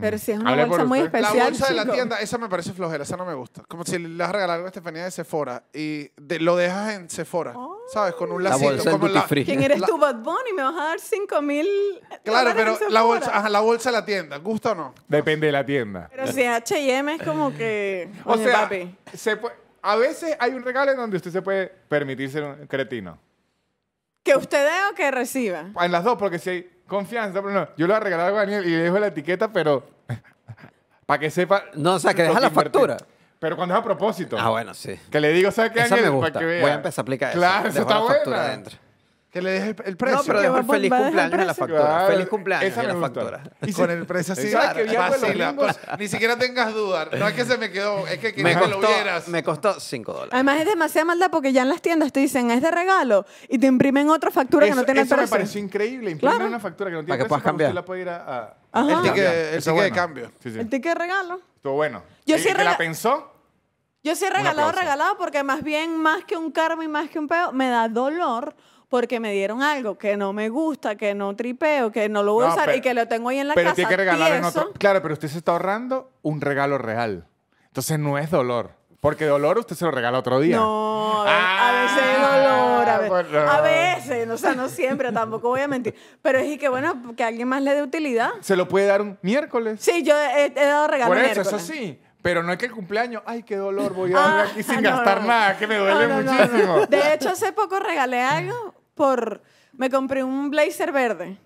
Pero si es una
Hable por
bolsa muy
usted.
especial,
la bolsa de la
chico.
tienda, esa me parece flojera, esa no me gusta. Como si le vas a regalar algo a Estefanía de Sephora y de- lo dejas en Sephora, ¿sabes? Con un
La
lacito.
bolsa del
como
duty free.
¿Quién eres
La-
tú, Bad Bunny? ¿Me vas a dar 5 mil
Claro, pero la bolsa, ajá, la bolsa de la tienda, ¿gusta o no?
Depende de la tienda.
Pero si H&M es como que...
O
Oye,
sea,
papi.
se puede- a veces hay un regalo en donde usted se puede permitir ser un cretino.
Que usted dé o que reciba.
En las dos, porque si hay confianza, pero no. Yo le voy a regalar algo a Daniel y le dejo la etiqueta, pero para que sepa.
No, o sea, que
lo
deja la
invertí.
factura.
Pero cuando es a propósito.
Ah, bueno, sí.
Que le digo, ¿sabes qué,
Esa
Daniel?
me
Para
gusta.
que vea.
Voy a empezar a aplicar eso.
Claro, eso
Dejo
está
la factura
buena.
adentro.
Que le dejes el, el precio.
No, pero
que
dejo el
va-
feliz
va a dejar
cumpleaños en la
precio.
factura.
Claro,
feliz cumpleaños
esa
en
me
la
gusta.
factura.
Y con el precio así,
Claro, que viajo los
vacila,
domingos.
pues, ni siquiera tengas duda. No es que se me quedó, es que
Me
quería que lo
costó,
vieras.
me costó 5 dólares.
Además es demasiada maldad porque ya en las tiendas te dicen es de regalo y te imprimen otra factura que
Eso-
no tiene
eso me
precio.
pareció increíble. Imprime
Claro.
una factura que no
Para
tiene
que puedas
precio, pero
cambiar.
Usted la puede ir a. a-
Ajá.
El ticket,
Eso
el
es
ticket de
bueno.
cambio.
Sí, sí.
El ticket de regalo.
Estuvo bueno.
Yo
el
sí
que la
rega-
pensó,
Yo sí he
Un
regalado,
aplauso.
regalado, porque más bien, más que un karma y más que un peo, me da dolor porque me dieron algo que no me gusta, que no tripeo, que no lo voy a
No,
usar
pero-
y que lo tengo ahí en la
pero
casa.
tiene que regalar en
tieso.
otro. Claro, pero usted se está ahorrando un regalo real. Entonces no es dolor. Porque dolor usted se lo regala otro día.
No, a, ve- a
Ah, pues
veces es dolor, a, ve-
bueno.
a veces, o sea, no siempre, tampoco voy a mentir. Pero es y que bueno, que alguien más le dé utilidad.
Se lo puede dar un miércoles.
Sí, yo he, he dado regalos
Por eso, eso sí. Pero no es que el cumpleaños, ay, qué dolor, voy a
Ah,
darle aquí sin
no,
gastar
no.
nada, que me duele
No, no, no,
muchísimo.
no. De hecho, hace poco regalé algo por... Me compré un blazer verde.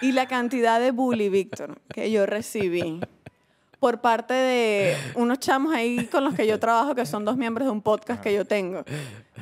Y la cantidad de bully, Víctor, que yo recibí por parte de unos chamos ahí con los que yo trabajo, que son dos miembros de un podcast que yo tengo.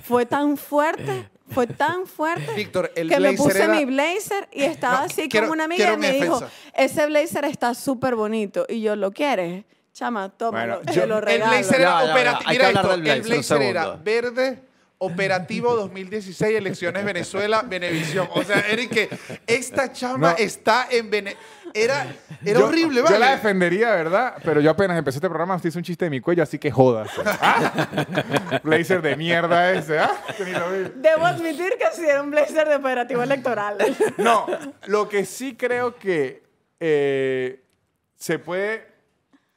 Fue tan fuerte, fue tan fuerte
Víctor, el
que me
blazer
puse
era-
mi blazer y estaba
No,
así
quiero-
como una amiga
quiero
y
mi
me dijo,
defensa.
ese blazer está súper bonito. Y yo, ¿lo quieres? Chama, tómalo,
Bueno,
te
yo-
lo
el
El
regalo.
blazer
Ya,
era
ya, ya. Hay
operativo.
que
Mira
hablar
esto,
del blazer,
el
un
blazer era
segundo.
verde, operativo 2016, elecciones Venezuela, Benevisión. O sea, Eric, que esta chama
No.
está en Vene... Era, era
Yo-
horrible,
yo,
¿vale?
la defendería, ¿verdad? Pero yo apenas empecé este programa, usted hizo un chiste de mi cuello, así que jodas. ¿Ah? Blazer de mierda ese, ¿ah? Que ni lo vi.
Debo admitir que sí era un blazer de operativo electoral.
No, lo que sí creo que eh, se puede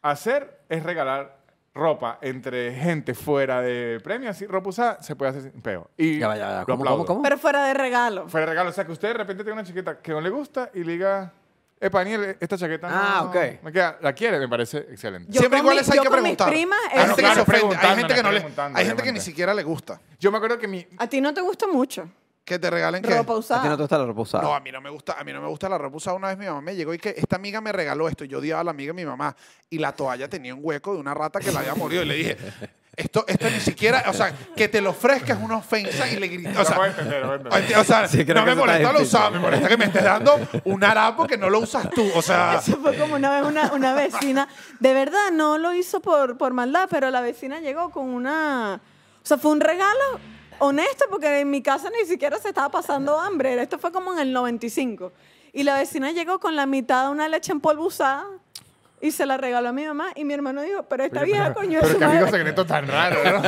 hacer es regalar ropa entre gente fuera de premios y ropa usada se puede hacer sin peo. Y
Ya va, ya va, ya va.
lo
¿Cómo,
aplaudo.
cómo, cómo?
Pero fuera de regalo.
Fuera de regalo, o sea que usted de repente tenga una chaqueta que no le gusta y le diga, Epa, Daniel, esta chaqueta
Ah,
no,
ok.
me queda, la quiere, me parece excelente.
Yo
Siempre
con
igual
mi-
les hay
yo
que
con mis
preguntar.
primas, eh, este,
hay gente
eso-
que se
Claro,
ofende, hay gente
preguntando,
que no le,
preguntando,
hay gente que ni
obviamente.
siquiera le gusta
Yo me acuerdo que mi,
A ti no te gusta mucho
que te regalen que
ropa
¿A ti no
usada.
te gusta la ropa usada?
No, a mí no me gusta, a mí no me gusta la ropa usada. Una vez mi mamá me llegó y que esta amiga me regaló esto. Yo odiaba a la amiga de mi mamá y la toalla tenía un hueco de una rata que la había morido y le dije, esto, esto ni siquiera, o sea, que te lo ofrezca es una ofensa y le grité, o
No puedo
sea,
entender, no puedo entender.
enti- o sea,
Sí, creo
no
que
me
eso está
molesta lo
difícil.
usado, me molesta que me estés dando un harapo que no lo usas tú, o sea,
Eso fue como una vez una, una vecina. De verdad, no lo hizo por, por maldad, pero la vecina llegó con una... O sea, fue un regalo honesto porque en mi casa ni siquiera se estaba pasando hambre. Esto fue como en el 95. Y la vecina llegó con la mitad de una leche en polvo usada y se la regaló a mi mamá. Y mi hermano dijo, pero esta vieja coño de
Pero
su
qué amigo
madre...
secreto tan raro, ¿no?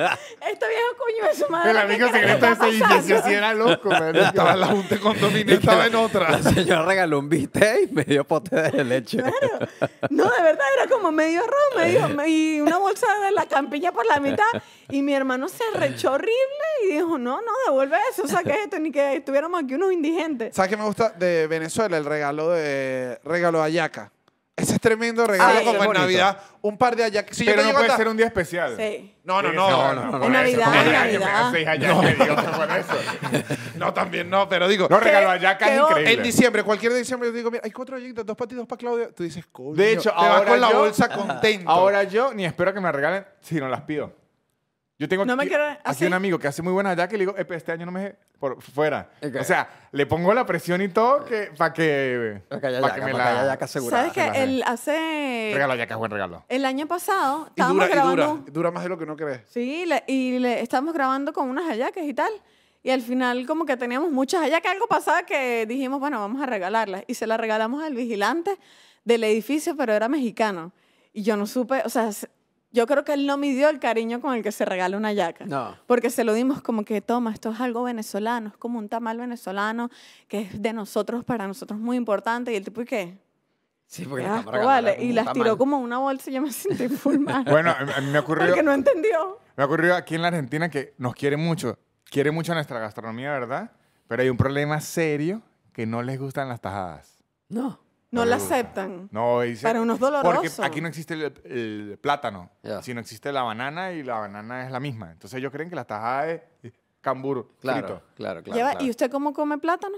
Esta vieja coño de su madre.
El
¿qué
amigo
carajo
secreto de
está
ese edificio
pasando?
sí era loco, man.
estaba en la junta de condominio, estaba en otra.
La señora regaló un bistec y me dio pote de leche.
Claro. No, de verdad, era como medio arroz, medio, me- y una bolsa de la campiña por la mitad. Y mi hermano se arrechó horrible y dijo, no, no, devuelve eso. O sea, que esto, ni que estuviéramos aquí unos indigentes.
¿Sabes qué me gusta de Venezuela? El regalo de regalo de ayaca. Ese es tremendo regalo
sí,
como
es
en
Ah, bonito.
Navidad, un par de ayacas. Si yo
Pero
te
no
llego
puede
hasta-
ser un día especial.
Sí.
No, no,
Sí,
no,
no,
no,
no,
no.
En Navidad, en
Ay,
Navidad.
me hace hija, ya, que Dios, por eso.
No, también no, pero digo.
No regalo a Jack,
qué
es
horror.
En
increíble.
diciembre, cualquier diciembre, yo digo, mira, hay cuatro galletas, dos patitos para Claudia. Tú dices, coño.
De hecho,
te vas
ahora
con la
yo- Ah.
bolsa contento.
Ahora yo ni espero que me la regalen si no las pido. Yo tengo
No me ¿Ah,
aquí,
quiero-
aquí
¿así?
un amigo que hace muy buenas allá que le digo, "Epe, este año no me deje por fuera.
Ok.
O sea, le pongo la presión y todo que, para que,
Para que haya
para que
yaca,
me
para que haya
la...
yaca asegurada.
¿Sabes qué?
la
El, hace...
Regalo allá que es buen regalo.
El año pasado
y
estábamos
dura, y
grabando...
dura. Dura más de lo que uno cree.
Sí, le- y le, estábamos grabando con unas hallacas y tal. Y al final como que teníamos muchas hallacas, algo pasaba que dijimos, bueno, vamos a regalarlas. Y se las regalamos al vigilante del edificio, pero era mexicano. Y yo no supe, o sea, s- yo creo que él no midió el cariño con el que se regala una yaca.
No.
Porque se lo dimos como que, toma, esto es algo venezolano, es como un tamal venezolano que es de nosotros, para nosotros muy importante. Y el tipo, ¿y qué?
Sí, porque
Qué
le
asco,
estamos regalando
Ah, vale.
algo
Y
muy
las
tamal.
tiró como una bolsa y yo me sentí full mal.
Bueno, a a mí me ocurrió,
porque no entendió.
me ocurrió aquí en la Argentina que nos quiere mucho, quiere mucho nuestra gastronomía, ¿verdad? Pero hay un problema serio que no les gustan las tajadas.
No.
No,
le
la
gusta.
aceptan.
No, dice.
Para unos
Porque
doloroso.
aquí no existe el, el plátano,
Ya.
sino existe la banana y la banana es la misma. Entonces ellos creen que la tajada es cambur
Claro,
frito.
claro, claro.
Lleva-
claro.
¿Y usted cómo come plátano?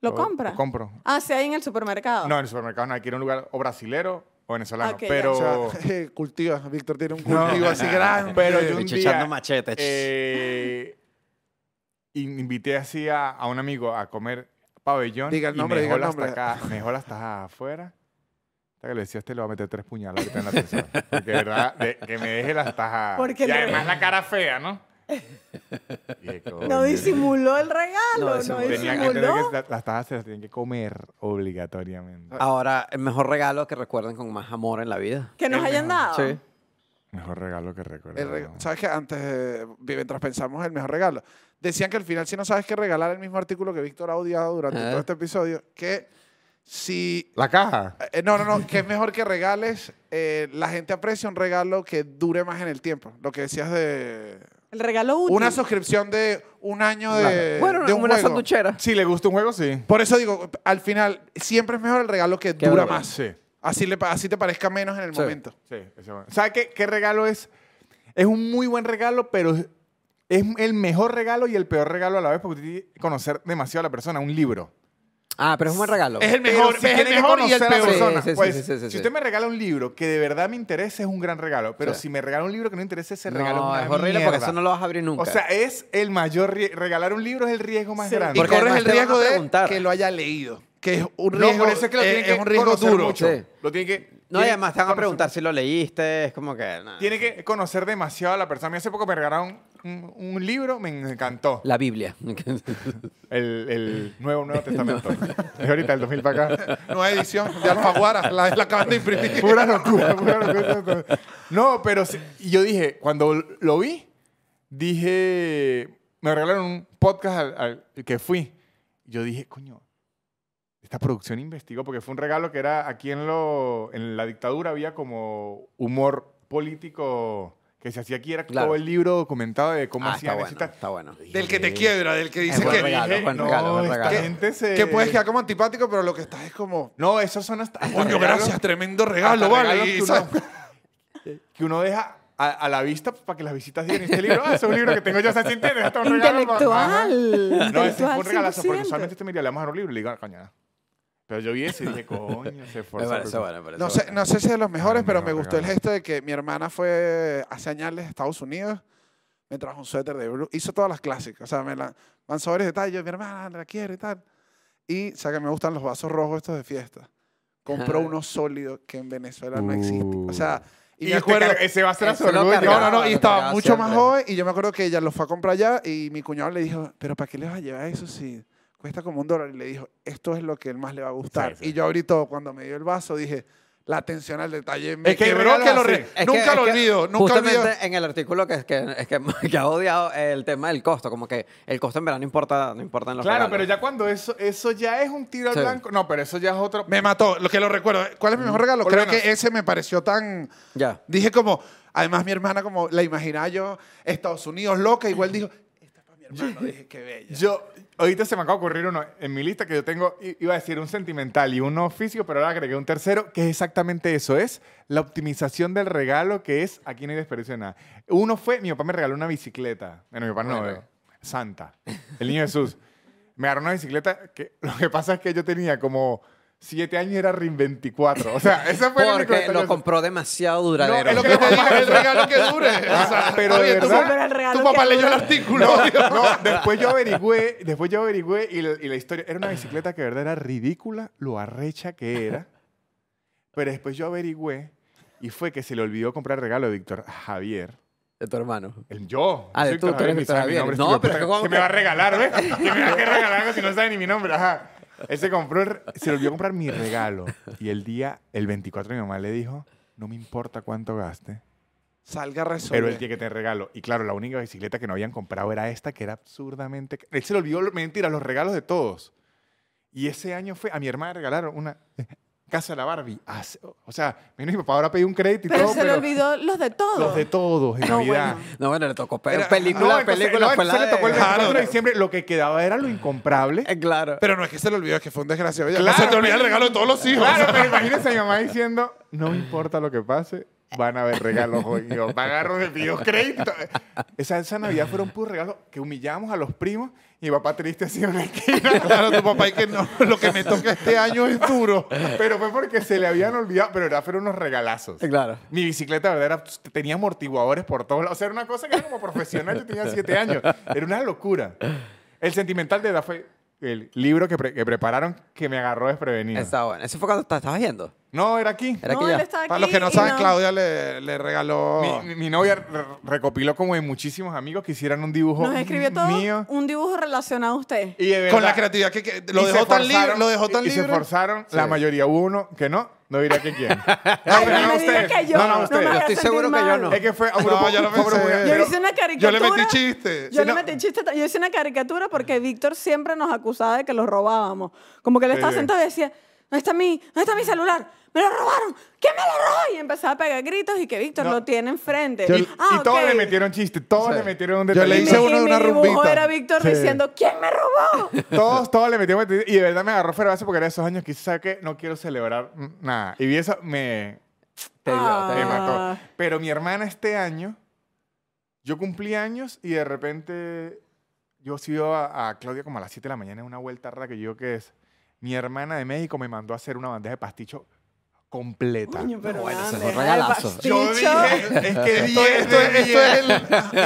¿Lo
Lo-
compra?
lo compro.
Ah, sí, hay en el supermercado.
No, en el supermercado no, aquí era un lugar o brasilero o venezolano.
Ok, ya.
pero.
O sea, eh, cultiva. Víctor tiene un
No.
cultivo así grande.
Pero yo un
Bicho echando
día,
machetes.
eh, in- invité así a, a un amigo a comer pabellón.
Diga el
y
nombre,
me
diga
dejó
el
las
nombre.
tajadas- me dejó las tajadas afuera. Hasta que le decía, este le va a meter tres puñaladas ahorita en la persona. Porque de verdad, de- que me deje las tajadas.
Porque
y
no-
además la cara fea, ¿no? Y dije, coño,
No disimuló el
No
regalo, no
disimuló.
Tenía que entender
disimuló.
que la- las tajadas se las tienen que comer
Ah.
obligatoriamente.
Ahora, el mejor regalo que recuerden con más amor en la vida.
Que nos hayan dado.
Sí.
Mejor regalo que recuerdo.
El reg- ¿Sabes qué? Antes, eh, mientras pensamos el mejor regalo, decían que al final, si no sabes qué regalar, el mismo artículo que Víctor ha odiado durante
Ah.
todo este episodio, que si.
La caja.
eh, no, no, no, que es mejor que regales. eh, la gente aprecia un regalo que dure más en el tiempo. Lo que decías de.
El regalo útil.
Una suscripción de un año de.
bueno,
Eh, de
una,
un
una
juego.
sanduchera.
Si le gusta un juego, sí.
Por eso digo, al final, siempre es mejor el regalo que
Que
dura
dura.
más.
Sí.
Así, le, pa- así te parezca menos en el
Sí.
momento.
Sí, ese bueno. ¿Sabes qué, qué regalo es? Es un muy buen regalo, pero es- es el mejor regalo y el peor regalo a la vez porque tienes que conocer demasiado a la persona. Un libro.
Ah, pero es un buen regalo.
Es el
Pero
mejor,
si
es el
tiene que
mejor y el
conocer a la
peor.
persona,
Sí, sí,
pues,
sí, sí, sí, sí.
Si usted me regala un libro que de verdad me interese, es un gran regalo. Pero
Sí.
si me regala un libro que no interese, ese
No,
regalo es una
es horrible porque
mierda.
eso no lo vas a abrir nunca.
O sea, es el mayor... rie- Regalar un libro es el riesgo más
Sí.
grande.
Y
Porque
corres
además
el
te van a
riesgo de
preguntar.
que lo haya leído. Que es un
No,
riesgo,
por eso es que lo
eh,
tiene que
es un riesgo
conocer
duro.
mucho.
Sí.
Lo tiene que...
no, y además te van a
conocer-
preguntar si lo leíste. Es como que. nah.
Tiene que conocer demasiado a la persona. A mí hace poco me regalaron un, un libro, me encantó.
La Biblia.
El, el Nuevo Nuevo Testamento. Es ahorita, el 2000 para acá.
Nueva edición de Alfaguara, la, la acaban de imprimir.
Pura locura, pura locura. No, pero sí- y yo dije, cuando lo vi, dije, me regalaron un podcast al, al que fui. Yo dije, coño, esta producción investigó, porque fue un regalo que era aquí en, lo, en la dictadura había como humor político que se hacía aquí, era
Claro.
todo el libro documentado de cómo
Ah, está
hacían eso y
bueno.
tal.
Está bueno.
Del que te quiebra, del que dice
buen
que,
regalo,
Dije,
buen
no,
regalo, buen
esta
regalo".
gente se...
que puedes quedar como antipático, pero lo que estás es como.
No, esos son hasta... hasta
Coño,
regalos-
gracias, tremendo regalo,
hasta
vale.
regalos
y
que uno-
¿sabes?
que uno deja a, a la vista para que las visitas digan este libro. Ah, es un libro que tengo yo hace 100 años. Está un regalo.
Intelectual.
Ajá. No, ese fue
Intelectual
un regalazo, porque
100%.
usualmente este me diría, le vamos a dar un libro y le digo, ah, coño, no. Pero yo vi ese y dije, coño, se
Me
esforzó.
parece bueno, me parece
No sé,
bueno.
no sé si de los mejores,
Ah,
pero
mejor
me gustó el
regalo.
gesto de que mi hermana fue hace añales a Estados Unidos, me trajo un suéter de Blue, hizo todas las clásicas, o sea, me la lanzó varios detalles, yo, mi hermana la quiero y tal. Y, o sea, que me gustan los vasos rojos estos de fiesta. Compró uno sólido que en Venezuela no existe. O sea, y,
Y,
me
este
acuerdo...
car- ese va a ser a su
Ese lo
orgullo.
No, no, no,
cargaba,
y
lo
estaba
cargaba
mucho más
siempre.
joven y yo me acuerdo que ella lo fue a comprar allá y mi cuñado le dijo, pero ¿para qué le vas a llevar eso si cuesta como un dólar? Y le dijo, esto es lo que él más le va a gustar.
Sí, sí.
Y yo ahorita cuando me dio el vaso dije, la atención al detalle me
Es que hay
quebró que
regalos
lo
así.
re-
Es que-
nunca
es
lo
que
olvido, nunca
justamente
olvido.
en el artículo que, es que, es que, que ha odiado eh, el tema del costo, como que el costo en verano importa, no importa en los
Claro,
regalos.
pero ya cuando eso, eso ya es un tiro al
Sí.
blanco. No, pero eso ya es otro.
Me mató, lo que lo recuerdo. ¿Cuál es mi mejor regalo?
Por
Creo
lo menos.
que ese me pareció tan
Ya.
dije como, además mi hermana como la imaginaba yo Estados Unidos loca, igual dijo, esta es para mi hermano, dije, qué bella.
Yo, ahorita se me acaba de ocurrir uno en mi lista que yo tengo, i- iba a decir un sentimental y uno físico, pero ahora agregué un tercero, que es exactamente eso, es la optimización del regalo, que es, aquí no hay desperdicio de nada. Uno fue, mi papá me regaló una bicicleta, bueno, mi papá no,
Bueno.
eh, Santa, el niño Jesús. Me agarró una bicicleta que lo que pasa es que yo tenía como siete años y era RIN 24. O sea, esa fue la
Porque lo compró demasiado duradero.
No, es
Lo que te dije, el regalo que dure. O sea,
Ah, pero de
oye, tu
verdad-
papá-
Pero el regalo
tu
que
papá leyó el
dura.
artículo.
No, después yo averigüé, después yo averigüé y la, y la historia era una bicicleta que de verdad era ridícula, lo arrecha que era. Pero después yo averigüé y fue que se le olvidó comprar el regalo de Víctor Javier.
De tu hermano.
El yo.
Ah, de
Soy
tú, tú eres
ni
Víctor
sabe mi nombre,
Javier. No,
este hijo de
pero
puta,
es que como
que me
que-
va a regalar, ¿ves? Que me va a regalar algo si no sabe ni mi nombre, ajá. Él se compró, el re- se volvió a comprar mi regalo. Y el día, el 24, mi mamá le dijo, no me importa cuánto gaste,
Salga a resolver.
pero el día que te regalo. Y claro, la única bicicleta que no habían comprado era esta, que era absurdamente... ca- Él se le olvidó, lo- mentira, los regalos de todos. Y ese año fue, a mi hermana le regalaron una casa a la Barbie. Ah, se- O sea, menos mi papá ahora pidió un crédito y
Pero
todo,
se le olvidó los de todo.
Los de todos, en
No,
Navidad.
bueno.
No, bueno, le tocó pe-
Era-
película,
no, entonces-
película,
no,
fue la
entonces le tocó el
de-
24 de diciembre. Lo que quedaba era lo incomprable.
Eh, Claro.
Pero no es que se le olvidó, es que fue un desgraciado. Ya,
Claro,
no se te olvida el regalo de todos los hijos.
Claro, pero imagínense a mi mamá diciendo, no me importa lo que pase, van a haber regalos hoy. Y yo, agarro de pidió crédito. Esa, esa Navidad fueron puros regalos que humillamos a los primos y mi papá triste así en una esquina.
Claro, tu papá, y que no, lo que me toca este año es duro.
Pero fue porque se le habían olvidado, pero era fueron unos regalazos.
Eh, Claro.
Mi bicicleta, ¿verdad? Era, tenía amortiguadores por todos lados. O sea, era una cosa que era como profesional. Yo tenía siete años. Era una locura. El sentimental de edad fue el libro que, pre- que prepararon que me agarró desprevenido.
Está bueno. Eso fue cuando te estabas yendo.
No, era aquí.
Era
no,
que
él
ya-
está aquí
Para los que no
y
saben, Claudia le, le regaló.
Mi, mi- mi novia re- recopiló como de muchísimos amigos que hicieran un dibujo
Nos escribió todo
mío.
un dibujo relacionado a usted.
Y de
Con
verdad-
la creatividad que, que- lo,
y se
dejó tan libre,
forzaron-
lo dejó tan
y- Y se
libre.
forzaron, la mayoría hubo uno que no, no dirá que quién.
Ay,
pero
no me digas
ustedes.
que yo.
No, no,
me
ustedes.
hagas
Yo estoy
sentir
seguro que yo
mal.
no.
Es que fue a un
No,
grupo-
yo lo
fue a un grupo-
pensé.
pero-
Yo hice una
Yo
caricatura.
le metí chiste.
Yo
Sí, no,
le metí chiste. Yo hice una caricatura porque Víctor siempre nos acusaba de que lo robábamos. Como que él estaba
sí.
sentado y decía, ¿dónde está mi, dónde está mi celular? ¡Me lo robaron! ¿Quién me lo robó? Y empezaba a pegar gritos y que Víctor
No.
lo tiene enfrente.
y,
Ah,
y todos
ok.
le metieron chiste, todos le metieron un
Yo le
detalle.
hice
Y
uno de
mi
una
dibujo
rumbita.
era Víctor diciendo, ¿quién me robó?
Todos, todos le metieron detalle. Y de verdad me agarró feroz porque era esos años que sabe que no quiero celebrar mm, nada. Y vi eso, me,
Te dio, te
Me
dio.
mató.
Ah.
Pero mi hermana este año, yo cumplí años y de repente yo sigo a, a Claudia como a las 7 de la mañana en una vuelta rara que yo que es. Mi hermana de México me mandó a hacer una bandeja de pasticho completa.
Coño, pero
bueno, eso es
Andrés,
un regalazo.
el
Yo
pasticho
dije, es que esto, esto- esto es el.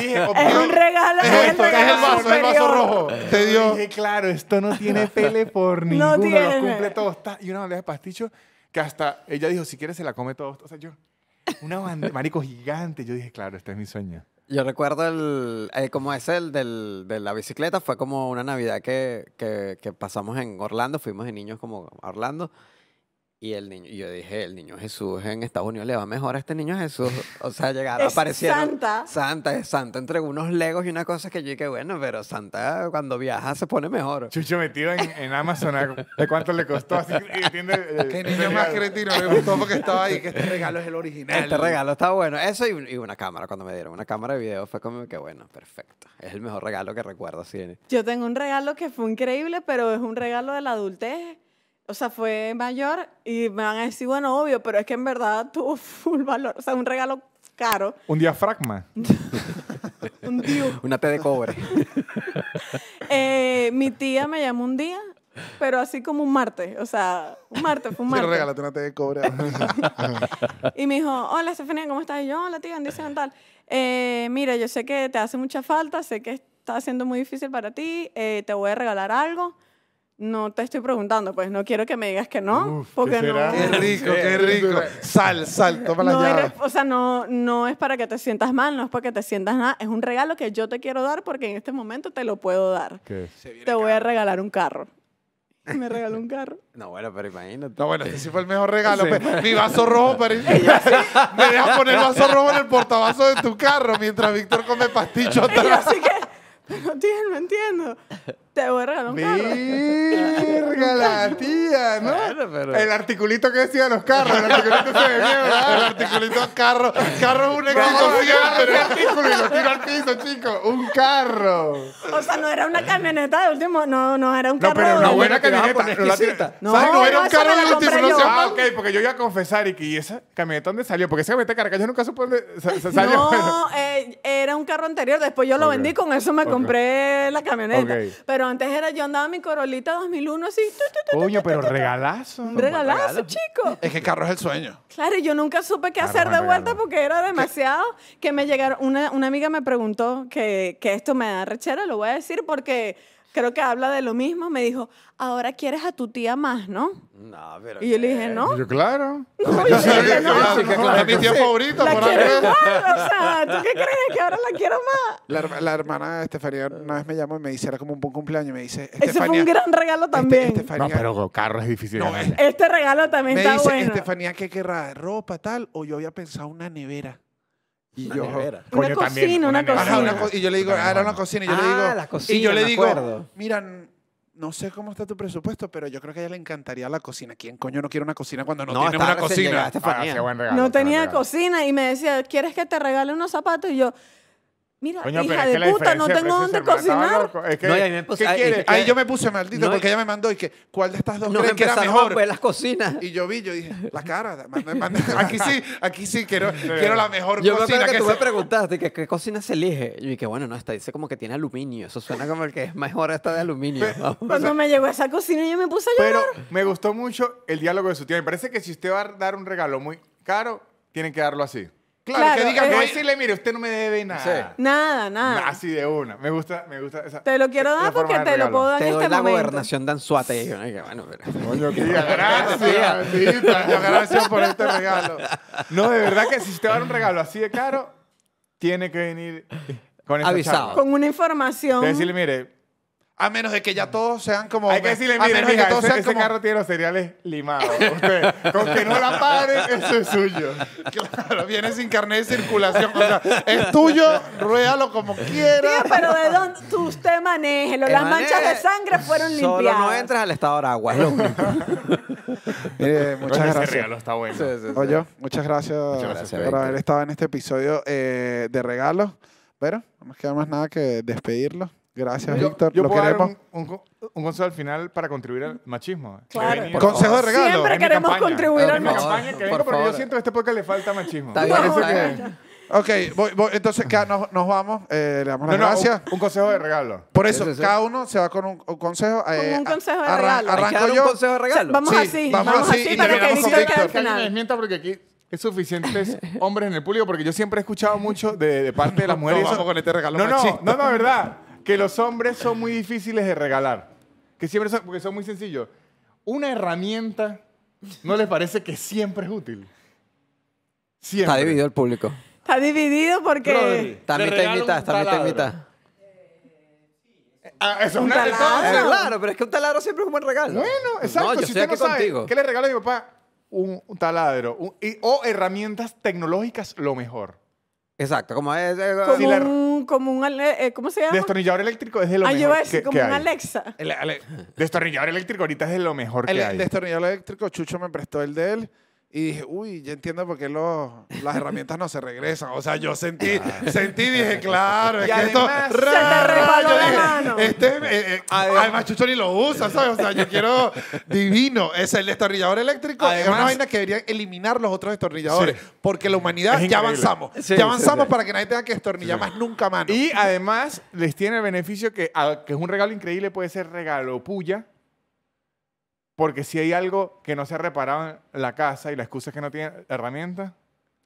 Dije,
Es
obvio,
un regalo, es, el
esto es el
regalo
vaso, el vaso
superior.
rojo. Te
yo
dio.
dije, claro, esto no tiene pele por ninguno,
No
los
tiene.
cumple todos. ta, Y una bandeja de pasticho que hasta ella dijo, si quieres se la come todos. O sea, yo, una bandeja, marico gigante. Yo dije, claro, este es mi sueño.
Yo recuerdo el, eh, como ese el del, de la bicicleta, fue como una Navidad que, que, que pasamos en Orlando, fuimos de niños como a Orlando, y el niño, y yo dije, el niño Jesús en Estados Unidos le va mejor a este niño Jesús. O sea, llegaron,
Es
aparecieron.
Santa.
Santa, es Santa, entre unos legos y una cosa que yo dije, bueno, pero Santa cuando viaja se pone mejor.
Chucho metido en, en Amazon. ¿a cu- ¿De cuánto le costó? Así, que entiende, eh,
Qué
ese
niño más
regalo.
cretino le gustó porque estaba ahí, que este regalo es el original.
Este regalo está bueno. Eso y, y una cámara, cuando me dieron una cámara de video, fue como que bueno, perfecto. Es el mejor regalo que recuerdo, sí.
Yo tengo un regalo que fue increíble, pero es un regalo de la adultez. O sea, fue mayor y me van a decir, bueno, obvio, pero es que en verdad tuvo full valor. O sea, un regalo caro,
Un diafragma.
un due.
Una T de cobre.
Eh, mi tía me llamó un día, pero así como un martes. O sea, un martes, fue un
Pero
martes.
regálate una T de cobre.
Y me dijo, hola, Estefanía, ¿cómo estás? Y yo, hola, tía, bendición tal. Eh, mira, yo sé que te hace mucha falta, sé que está siendo muy difícil para ti, eh, te voy a regalar algo. No te estoy preguntando, pues no quiero que me digas que no,
Uf, ¿qué
porque
será?
no...
Qué rico, qué rico. Sal, sal, toma la
no
llave.
eres- o sea, no, no es para que te sientas mal, no es para que te sientas nada, es un regalo que yo te quiero dar porque en este momento te lo puedo dar.
¿Qué es?
Te voy a regalar un carro. Y Me regaló un carro.
No, bueno, pero imagínate.
No, bueno, este sí fue el mejor regalo. pe- Mi vaso rojo, pero me dejas poner el vaso rojo en el portavasos de tu carro mientras Víctor come pasticho
Y yo,
atrás.
así que, pero tía, no entiendo. Te voy a regalar un carro.
Verga, la tía, ¿no?
Bueno, pero-
El articulito que decía los carros. El articulito se venía, ¿verdad?
El articulito carro. Carro es un éxito
Vamos,
siempre.
el artículo y lo tiro al piso, chico. Un carro.
O sea, no era una camioneta de último, no, no era un
No,
carro.
pero una
de-
buena
que le vas a
camioneta.
poner
no la tira-
exquisita.
No,
¿Sabes? No era un
esa
carro
me la
de último,
compré
no
yo.
se
Ah, ok, porque yo iba a confesar y que ¿y esa camioneta dónde salió, porque esa camioneta de Caracas yo nunca supe dónde sa- sa- salió.
No, eh, era un carro anterior, después yo lo
Ok.
vendí, con eso me
Ok.
compré la camioneta.
Ok.
Pero antes era, yo andaba en mi Corolita 2001 así, tu, tu, tu,
Coño, pero regalazo.
un regalazo, chico.
Es que carro es el sueño.
Claro, y yo nunca supe
Ah,
qué
Claro,
hacer de
buen
vuelta
regalo.
porque era demasiado que me llegaron, una, una amiga me preguntó que, que esto me da rechera, lo voy a decir porque creo que habla de lo mismo, me dijo, ahora quieres a tu tía más, ¿no?
No, pero.
Y yo le dije, no.
Eh, Yo, claro.
No, yo le dije, no.
sí, que claro
es mi
que
tía
sí.
favorita,
La
por
quiero
algo.
igual, o sea, ¿tú qué crees? Que ahora la quiero más.
La, her- la hermana de Estefanía una vez me llamó y me dice, era como un buen cumpleaños, y me dice,
Ese fue
Estefanía,
un gran regalo
Este-
también.
Estefanía,
No, pero con carro es difícil.
No,
ganarle.
Este regalo también
me
está
dice,
bueno.
Estefanía, ¿qué querrá? ¿Ropa, tal? O yo había pensado una nevera. Y yo,
Una
Coño,
cocina,
también,
una
nevera.
Ajá, una
Cocina.
co- y yo le digo, ah, era una cocina. Y yo le
Ah,
digo,
la cocina,
y yo le
me
digo,
acuerdo.
mira, n- no sé cómo está tu presupuesto, pero yo creo que a ella le encantaría la cocina. ¿Quién coño no quiere una cocina cuando no, tiene
estaba
una
recién llegada
cocina?
Ah,
Estefanía.
qué buen regalo,
No
qué buen
tenía
regalo.
cocina y me decía, ¿quieres que te regale unos zapatos? Y yo, mira,
Coño, pero
hija
es que la
de puta, no
diferencia de precios,
tengo dónde
hermano, estaba
cocinar.
loco. Es que,
No, y a mí me puse-
¿qué
ay,
quiere?
es que-
Ahí yo me puse maldito
No,
porque
y-
ella me mandó y que, ¿cuál de estas dos
Nos
crees que era
empezaron a
mejor?
Pues,
ver las cocinas.
Y yo vi, yo dije, la cara, manda- manda- aquí sí, aquí sí, quiero, quiero la mejor
Yo me
cocina
acuerdo que, tú
se-
me preguntaste que qué cocina se elige. Y yo dije, bueno, no, esta dice como que tiene aluminio. Eso suena como el que es mejor esta de aluminio. Vamos.
Cuando me llegó esa cocina yo me puse a llorar.
Pero me gustó mucho el diálogo de su tía. Me parece que si usted va a dar un regalo muy caro, tiene que darlo así.
Claro,
Claro,
que diga,
es-
No
no hay-
decirle, mire, usted no me debe nada.
Nada, nada.
Así de una. Me gusta, me gusta esa.
Te lo quiero
esa
dar
forma de
porque te lo
regalo.
puedo dar
Te
en
doy
este
la
momento.
gobernación danzuata. Y yo, ay, que bueno, pero...
Coño, tía, gracias, tita, gracias por este regalo. No, de verdad que si usted va a dar un regalo así de caro, tiene que venir con esa
Avisado.
charla.
Con una información.
De decirle, mire,
A menos de que ya todos sean como...
hay que decirle,
a
mire,
menos de que
mija,
todos
ese,
sean
ese
como...
carro tiene los cereales limados. Usted, con que no la pare, eso es suyo.
Claro, viene sin carnet de circulación. O sea, es tuyo, ruéalo como
Tía,
quieras.
pero de dónde tú usted manéjelo. Las manchas de sangre fueron limpiadas.
Solo no entras al estado de agua, es lo único.
Eh,
Coño,
muchas
Ese
gracias.
regalo está bueno.
Oye, muchas gracias,
gracias,
por
Víctor.
haber estado en este episodio eh, de regalos. Pero no nos queda más nada que despedirlo. Gracias,
Yo-
Víctor.
Yo
Lo
puedo dar
queremos.
un, un co- un consejo al final para contribuir al machismo.
Claro.
Que venga.
Consejo de regalo.
Siempre
Es mi
queremos
campaña.
contribuir
Es
al
mi
Por
machismo.
favor,
campaña que venga,
por
porque yo
favor.
siento que a este podcast le falta machismo.
Está bien,
Por eso
está
que-
bien.
Ok, voy- voy- entonces cada- nos, nos vamos. eh, le damos las
No, no,
gracias.
Un, un consejo de regalo.
Por eso,
Sí, sí, sí.
cada uno se va con un, un consejo. eh,
un consejo de
arran-
regalo.
Hay que dar
Arranco
un
yo.
consejo de regalo.
Vamos
Sí,
así,
vamos
vamos,
así
así,
y
para que
terminamos con
Víctor
Víctor.
quede al
Que alguien me
final.
desmienta porque aquí es suficientes hombres en el público porque yo siempre he escuchado mucho de, de parte de las
No,
mujeres.
vamos
eso-
con este regalo
No, no,
machista.
no, no, verdad. Que los hombres son muy difíciles de regalar. Que siempre son, porque son muy sencillos. Una herramienta no les parece que siempre es útil. Siempre.
Está dividido el público.
Está dividido porque...
Brother.
Está
Le
mitad y
regalo
mitad,
un
está mitad y
taladro.
mitad.
Ah, eso es
Un
una
taladro.
Eh,
entonces,
claro, pero es que un taladro siempre es un buen regalo.
Bueno, exacto.
No, yo
si
estoy
usted
aquí
no sabe,
contigo.
¿qué le regaló a mi papá? Un, un taladro. un- y- o herramientas tecnológicas, lo mejor.
Exacto, como es... eh,
Como
Sí, la-
un... Como un ale- eh, ¿Cómo se llama?
Destornillador eléctrico es de lo
Ah, yo
mejor
iba a decir,
que,
como
que
un
hay.
Alexa.
El- el-
Destornillador eléctrico ahorita es de lo mejor que
El
hay.
destornillador eléctrico, Chucho me prestó el de él. Y dije, uy, ya entiendo por qué los, las herramientas no se regresan. O sea, yo sentí,
Ah.
sentí, dije, claro, es
Y
que esto.
además-
ra,
Se te resbaló
yo
la
dije,
mano.
Este, eh, eh, además, Chucho ni lo usa, ¿sabes? O sea, yo quiero divino. Es el destornillador eléctrico. es una
Además-
vaina que deberían eliminar los otros destornilladores.
Sí.
Porque la humanidad
Es
ya
increíble.
avanzamos.
Sí,
ya
sí,
avanzamos
sí.
para que nadie tenga que destornillar más nunca mano.
Y además les tiene el beneficio que, a- que es un regalo increíble, puede ser regalo puya. Porque si hay algo que no se ha reparado en la casa y la excusa es que no tiene herramientas,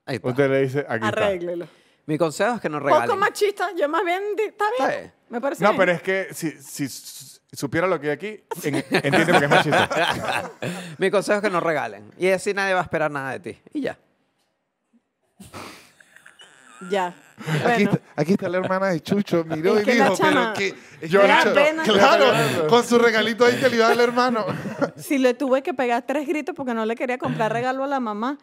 Ahí está.
usted le dice, aquí está.
Arréglelo.
Mi consejo es que no
Poco
regalen.
machista, yo más bien... di- Está bien,
Está bien.
me parece
No,
bien.
pero es que si, si s- supiera lo que hay aquí, en- entiende por qué es machista.
Mi consejo es que no regalen. Y así nadie va a esperar nada de ti. Y ya.
Ya.
Aquí,
Bueno.
está, aquí está la hermana de Chucho, miró
Es
y
que la
dijo, pero
chama-
que... es
Yo
que
la
Chucho-
pena.
Claro, con su regalito ahí que le iba a dar el hermano.
Si le tuve que pegar tres gritos porque no le quería comprar regalo a la mamá.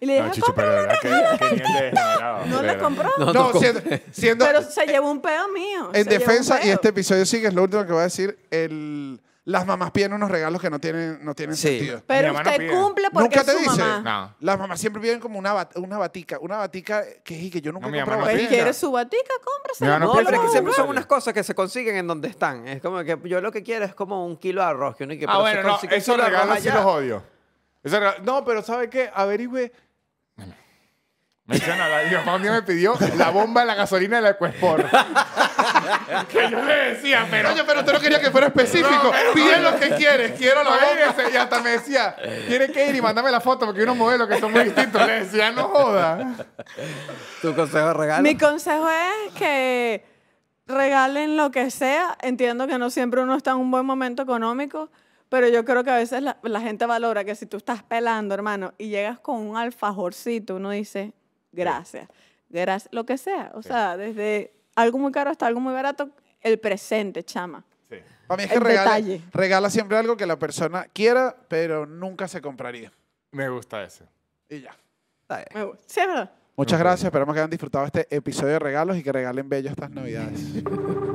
Y le dije,
Chicho, pero de verdad que- que nivel de degenerado,
no
de
le
verdad.
compró.
No,
No,
no
siendo, siendo
Pero se llevó un pedo mío.
en
se llevó un
defensa, y
pedo.
este episodio sí que es lo último que voy a decir, el, las mamás piden unos regalos que no tienen, no tienen
Sí.
sentido.
Mi
Pero
mamá no
usted
pide.
cumple porque
nunca
es
te
su
dice.
mamá.
No.
Las mamás siempre piden como una, bat- una batica, una batica que, y que yo nunca
No, mi
he
mamá
comprado
no
Pues
pide.
batica.
quiere su batica, cómprase.
Mi mamá
No,
No,
pero es que
no,
siempre
no.
son unas cosas que se consiguen en donde están. Es como que yo lo que quiero es como un kilo de arroz. Que uno, y que,
Ah,
pero
bueno,
se
no,
consigue un
esos
kilo de arroz
regalos sí
allá.
los odio. Esos regalos- no, pero ¿sabe qué? Averigüe. Me echan a la mi mamá un día me pidió la bomba de la gasolina de la Ecuespor. que yo le decía, pero.
Oye, pero usted no quería que fuera específico. Pide lo que quieres, quiero
No,
la bomba.
ese, y hasta me decía, tiene que ir y mandame la foto porque hay unos modelos que son muy distintos. Le decía, no joda.
Tu consejo de regalo.
Mi consejo es que regalen lo que sea. Entiendo que no siempre uno está en un buen momento económico, pero yo creo que a veces la, la gente valora que si tú estás pelando, hermano, y llegas con un alfajorcito, uno dice, gracias, gracias, lo que sea. O sea, desde algo muy caro hasta algo muy barato, el presente, chama.
Sí.
Para mí es que
El
regala,
detalle.
regala siempre algo que la persona quiera, pero nunca se compraría.
Me gusta ese.
Y ya.
Está bien.
Me gusta. Sí, es verdad.
Muchas gracias. Esperamos que hayan disfrutado este episodio de regalos y que regalen bello estas navidades.